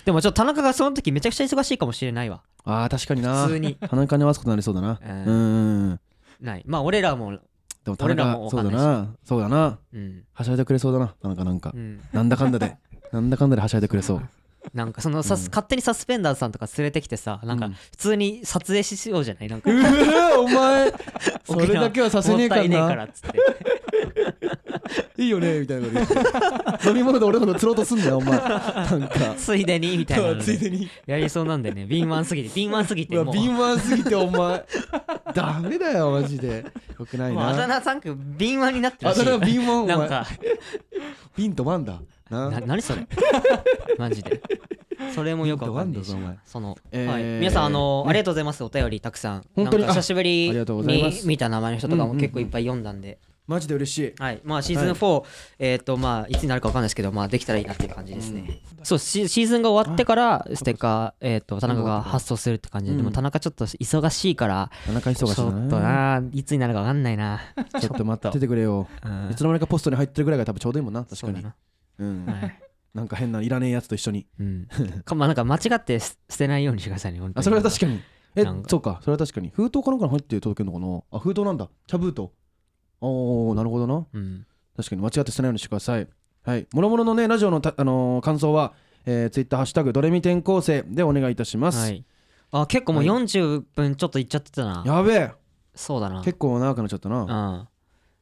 Speaker 2: でもちょっと田中がその時めちゃくちゃ忙しいかもしれないわ
Speaker 1: あー確かにな
Speaker 2: 普通に
Speaker 1: 田中に合わすことになりそうだな
Speaker 2: うん
Speaker 1: うん
Speaker 2: ないまあ俺らも
Speaker 1: でも田
Speaker 2: 俺らも
Speaker 1: 中そ
Speaker 2: わか
Speaker 1: うん
Speaker 2: な
Speaker 1: だ
Speaker 2: いし
Speaker 1: なそうだな
Speaker 2: うん、
Speaker 1: はしゃいでくれそうだな田中なんか
Speaker 2: うん、
Speaker 1: なんだかんだでなんだかんだではしゃいでくれそう
Speaker 2: なんかそのさ、
Speaker 1: うん
Speaker 2: 勝手にサスペンダーズさんとか連れてきてさなん
Speaker 1: う
Speaker 2: か
Speaker 1: ん
Speaker 2: 普通に撮影しようじゃないなんか
Speaker 1: うえお 前それだけはさせねえか
Speaker 2: もったいねえから
Speaker 1: ら
Speaker 2: っつ って
Speaker 1: いいよねみたいなのに飲み物で俺のこと釣ろうとすんだよお前なんか
Speaker 2: ついでにみたいなので
Speaker 1: ついでに
Speaker 2: やりそうなんでね敏腕すぎて敏腕すぎ
Speaker 1: う
Speaker 2: て
Speaker 1: わ
Speaker 2: もう
Speaker 1: 敏腕すぎてお前ダメだよマジでよくない
Speaker 2: もうあだ
Speaker 1: な
Speaker 2: 名3区敏腕になってる
Speaker 1: あ
Speaker 2: し
Speaker 1: だ名敏腕お
Speaker 2: なん
Speaker 1: 前
Speaker 2: か
Speaker 1: ピンとワンだな
Speaker 2: な何そ れマジでそれもよくわかんないし
Speaker 1: なんだお前
Speaker 2: その、
Speaker 1: えー
Speaker 2: はい、皆さんあの、ありがとうございますお便りたくさん
Speaker 1: 本当に
Speaker 2: なんか久しぶり
Speaker 1: あありがとうございま
Speaker 2: に
Speaker 1: す
Speaker 2: 見た名前の人とか
Speaker 1: うんうん
Speaker 2: も
Speaker 1: うん
Speaker 2: 結構いっぱい読んだんで、
Speaker 1: マジで嬉しい
Speaker 2: はいまあシーズン4、えっ、とまあいつになるかわかんないですけどまあできたらいいなっていう感じですね、そうシシーズンが終わってからステッカーえっ、と田中が発送するって感じで、
Speaker 1: うん
Speaker 2: でも田中ちょっと忙しいから
Speaker 1: 田中
Speaker 2: ちょ
Speaker 1: 忙し
Speaker 2: っ
Speaker 1: い
Speaker 2: と
Speaker 1: な
Speaker 2: ないつになるかわかんないな、
Speaker 1: ちょっと待っててくれよ
Speaker 2: う ん
Speaker 1: いつの間にかポストに入ってるぐらいが多分ちょうどいいもんな確
Speaker 2: そ
Speaker 1: か
Speaker 2: うだ
Speaker 1: に
Speaker 2: な
Speaker 1: うん
Speaker 2: はい
Speaker 1: なんか変ないらねえやつと一緒に
Speaker 2: うん、か まあなんか間違って捨捨てないようにしてくださいね本当
Speaker 1: あ
Speaker 2: に
Speaker 1: それは確かにえ
Speaker 2: なんか
Speaker 1: そうかそれは確かに封筒かなんかに入って届けるのかなあ封筒なんだ茶封筒おおなるほどな
Speaker 2: うん
Speaker 1: 確かに間違って捨てないようにしてください。はい。もろもろのね、ラジオのた、あのー感想は、えー、ツイッター、ハッシュタグ、ドレミ転校生でお願いいたします。
Speaker 2: はい、あ結構もう
Speaker 1: はい
Speaker 2: 40分ちょっといっちゃってたな、
Speaker 1: やべえ、
Speaker 2: そうだな
Speaker 1: 結構長くなっちゃったな。
Speaker 2: うん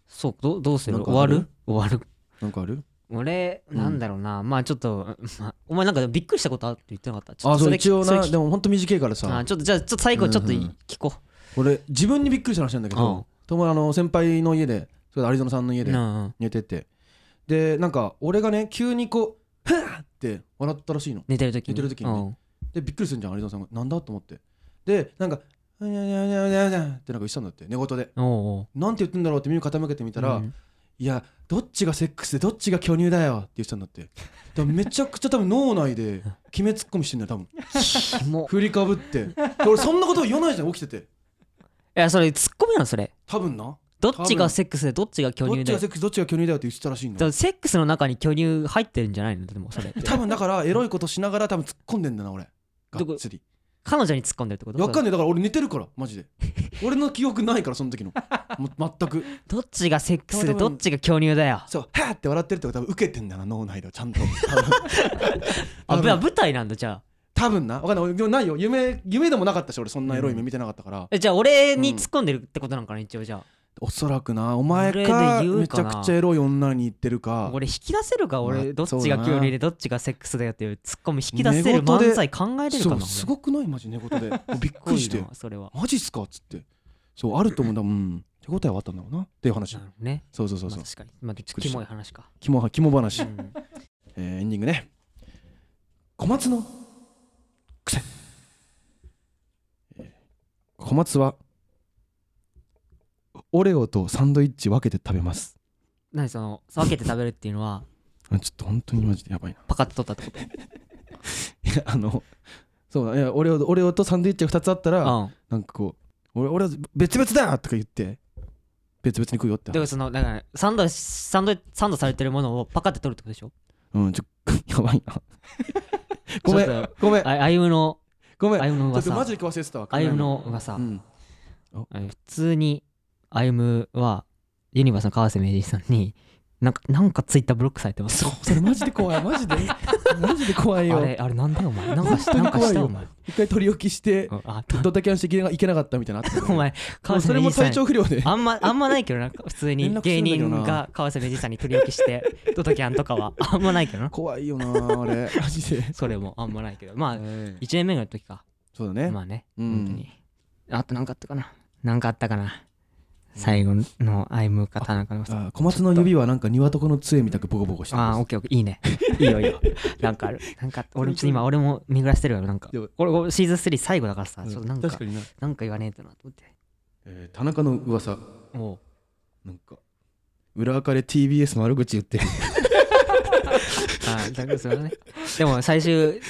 Speaker 2: そうどどうする
Speaker 1: なんか
Speaker 2: 終
Speaker 1: あ
Speaker 2: わ
Speaker 1: る
Speaker 2: る終わる
Speaker 1: なんかある
Speaker 2: 俺、
Speaker 1: うん
Speaker 2: なんだろうなまあちょっと、まあ、お前なんかびっくりしたことあるって言ってなかったちょっ
Speaker 1: あ、
Speaker 2: と
Speaker 1: そう、
Speaker 2: れ
Speaker 1: 一応
Speaker 2: それ
Speaker 1: な、
Speaker 2: 聞
Speaker 1: でもほんと短いから
Speaker 2: あ
Speaker 1: さ、
Speaker 2: ちょっとじゃあちょっと最後ちょっと
Speaker 1: うんうん
Speaker 2: 聞こ
Speaker 1: 俺、自分にびっくりした話なんだけ
Speaker 2: うん
Speaker 1: ど、ともあの先輩の家で、それアリゾナさんの家
Speaker 2: う、
Speaker 1: で
Speaker 2: なあ
Speaker 1: 寝てて、で、なんか、俺がね、急にこう、ふわって笑ったらしいの。
Speaker 2: 寝てる時に
Speaker 1: 寝てる時に
Speaker 2: うん
Speaker 1: で、びっくりするじゃん、アリゾナさんが。なんだと思って。で、なんか、うにゃうにゃうにゃうにゃうにゃってなんか言ってたんだって、寝言で。
Speaker 2: おうおう
Speaker 1: なんて言ってんだろうって耳傾けてみたら、
Speaker 2: うん
Speaker 1: いやどっちがセックスでどっちが巨乳だよって言ってたんだってだからめちゃくちゃ多分脳内で決めツッコミしてんだよ多分
Speaker 2: キモ
Speaker 1: 振りかぶってで俺そんなこと言わないじゃん起きてて
Speaker 2: いやそれツッコミなのそれ
Speaker 1: 多分な
Speaker 2: どっちがセックスでどっちが巨
Speaker 1: どっ
Speaker 2: 乳
Speaker 1: ち
Speaker 2: で
Speaker 1: がセックスどっちが巨乳だよって言ってたらしいん
Speaker 2: だか
Speaker 1: だ
Speaker 2: らセックスの中に巨乳入ってるんじゃないのでもそれっ て
Speaker 1: 多分だからエロいことしながら多分突っ込んでんだな俺がっつり
Speaker 2: 彼女に突っ込んでるってこと
Speaker 1: わかんねえだから俺寝てるからマジで俺の記憶ないからその時のも全く
Speaker 2: どっちがセックスで
Speaker 1: 多分
Speaker 2: どっちが巨乳だよ
Speaker 1: そうはーって笑ってるってことは多分受けてんだな脳内ではちゃん と
Speaker 2: あ
Speaker 1: 多
Speaker 2: ぶあ
Speaker 1: 分
Speaker 2: 舞台なんだじゃあ
Speaker 1: 多分なわかんないでもないよ夢夢でもなかったし俺そんなエロい夢見てなかったから、
Speaker 2: えじゃあ俺に突っ込んでるってことなんかな一応じゃ
Speaker 1: おそらくなお前
Speaker 2: それで
Speaker 1: か
Speaker 2: 言
Speaker 1: め
Speaker 2: う
Speaker 1: ち
Speaker 2: か
Speaker 1: ゃ
Speaker 2: な
Speaker 1: くちゃエロい女に言ってる
Speaker 2: あ
Speaker 1: か
Speaker 2: 俺引き出せるか
Speaker 1: まあ
Speaker 2: 俺どっ
Speaker 1: そ
Speaker 2: ち
Speaker 1: うだ
Speaker 2: が
Speaker 1: な
Speaker 2: 距離でどっちがセックスだよっていう突っ込み引き出せ
Speaker 1: 寝言
Speaker 2: る
Speaker 1: で
Speaker 2: 漫才考えれるか
Speaker 1: そ
Speaker 2: な
Speaker 1: う
Speaker 2: 俺
Speaker 1: すごくないマジ寝言 でもうびっ
Speaker 2: す
Speaker 1: く
Speaker 2: ごい
Speaker 1: りして
Speaker 2: なそれは
Speaker 1: マジっすかっつってそうあると思うんだうん手応えはあったんだろうなっていう話
Speaker 2: なるほどね
Speaker 1: そうそうそう
Speaker 2: まあ
Speaker 1: そう
Speaker 2: 確かにまあちょっと
Speaker 1: びっくりし
Speaker 2: キ
Speaker 1: た
Speaker 2: モい話か
Speaker 1: 肝肝話、
Speaker 2: うん
Speaker 1: えーエンディングね小松の癖、えー小松はオレオとサンドイッチ分けて食べます
Speaker 2: 何その分けて食べるっていうのは
Speaker 1: あちょっと本当にマジでやばいな
Speaker 2: パカッと取ったってこ
Speaker 1: いやあのそうだいやオレオオレオとサンドイッチが2つあったら、
Speaker 2: とうん
Speaker 1: なんかこう俺俺は別々だとか言って別々に食うよって
Speaker 2: だからそのだからサンドサンドサンドされてるものをパカッて取るってことでしょ
Speaker 1: うんちょ やばい なごめ
Speaker 2: ちょっ
Speaker 1: んごめん
Speaker 2: ああゆむの
Speaker 1: ごめん
Speaker 2: あ
Speaker 1: ち
Speaker 2: ゆむの
Speaker 1: ょっとマ
Speaker 2: 噂
Speaker 1: ジで食わせてたわ
Speaker 2: あゆむの噂
Speaker 1: うん
Speaker 2: あの普通に歩夢はユニバースの川瀬名人さんになんかなんかツイッターブロックされてます
Speaker 1: それマジで怖いマジでマジで怖い
Speaker 2: あ
Speaker 1: よ
Speaker 2: れあれなんだよお前なんかし
Speaker 1: 本当
Speaker 2: なん
Speaker 1: に
Speaker 2: か
Speaker 1: 怖
Speaker 2: し
Speaker 1: い
Speaker 2: た
Speaker 1: よ
Speaker 2: お前
Speaker 1: 一回取り置きして
Speaker 2: あ
Speaker 1: ドタキャンしていけないけなかったみたいなのあったよね
Speaker 2: お前
Speaker 1: もう
Speaker 2: 川瀬
Speaker 1: それ
Speaker 2: 名
Speaker 1: も
Speaker 2: 人さ
Speaker 1: 体
Speaker 2: ん
Speaker 1: 調不良で
Speaker 2: あんまあんまないけどな普通
Speaker 1: 連
Speaker 2: に
Speaker 1: 絡する
Speaker 2: 芸
Speaker 1: んだけどな
Speaker 2: 人が川瀬名人さんに取り置きしてドタキャンとかはあんまないけどな
Speaker 1: 怖いよなあ れマジで
Speaker 2: それもあんまないけどまあ
Speaker 1: ええ
Speaker 2: 1年目の時か
Speaker 1: そうだね
Speaker 2: まあね
Speaker 1: う
Speaker 2: 本当
Speaker 1: ん
Speaker 2: にあと何かあったかな何かあったかな最後のアイムか田中の
Speaker 1: あ小松の指はなんか鶏の杖みたくボコボコして
Speaker 2: ああ、オ
Speaker 1: ま
Speaker 2: ッケーオッケー、い いね。いいよいいよ。なんかある。なんか、俺、ちょっと今、俺も巡らしてるから、なんか
Speaker 1: でも。
Speaker 2: 俺、俺シーズン3最後だからさ、
Speaker 1: す
Speaker 2: ちょっ
Speaker 1: う
Speaker 2: と
Speaker 1: ん
Speaker 2: なんか、
Speaker 1: 確かにな
Speaker 2: なんか言わねえとなと思って。
Speaker 1: えー田中の噂
Speaker 2: もう、
Speaker 1: なんか裏垢で TBS 悪口言 って
Speaker 2: ああ、だからそれはね。でも、最終、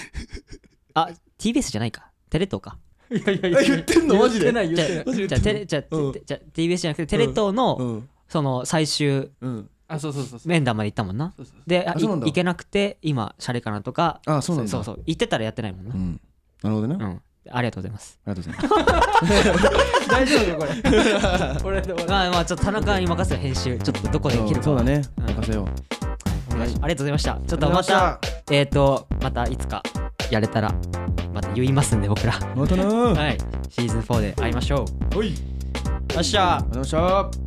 Speaker 2: あ、TBS じゃないか。テレ東か。
Speaker 4: いやいやい
Speaker 1: え言ってんのマジで
Speaker 4: 言ってない
Speaker 2: じゃ
Speaker 4: 言ってない
Speaker 2: あ、じゃあ、テレ、じゃあ、
Speaker 1: うん
Speaker 2: じゃあ TBS じゃなくて、テレ東の、
Speaker 1: うん
Speaker 2: その、最終
Speaker 1: うん
Speaker 4: あそうそうそうそう
Speaker 2: 面談まで行ったもんな。
Speaker 4: そうそう
Speaker 2: で、あ
Speaker 1: あ
Speaker 2: い
Speaker 1: そうなんだ
Speaker 2: 行けなくて、今、シャレかなとか、
Speaker 1: あそうなんだ
Speaker 2: そうそう、行ってたらやってないもんな
Speaker 1: う。んなるほどね
Speaker 2: う
Speaker 1: あ
Speaker 2: ん。ありがとうございます。
Speaker 1: りがとうございます
Speaker 4: そう大丈夫 かこれ俺でも
Speaker 2: まあまあ、ちょっと田中に任せる編集、ちょっとど こで切るかは。
Speaker 1: そうだね
Speaker 2: うん
Speaker 1: 任せよう
Speaker 2: お願いしますありがとうございました。ちょっと
Speaker 1: ありがと
Speaker 2: ま
Speaker 1: うござい
Speaker 2: た、えっ、と、またいつかやれたら、また言いますんで、僕ら。
Speaker 1: またなー
Speaker 2: はい。シーズン4で会いましょう。
Speaker 1: はい
Speaker 2: よっしゃー
Speaker 1: ありがとうございました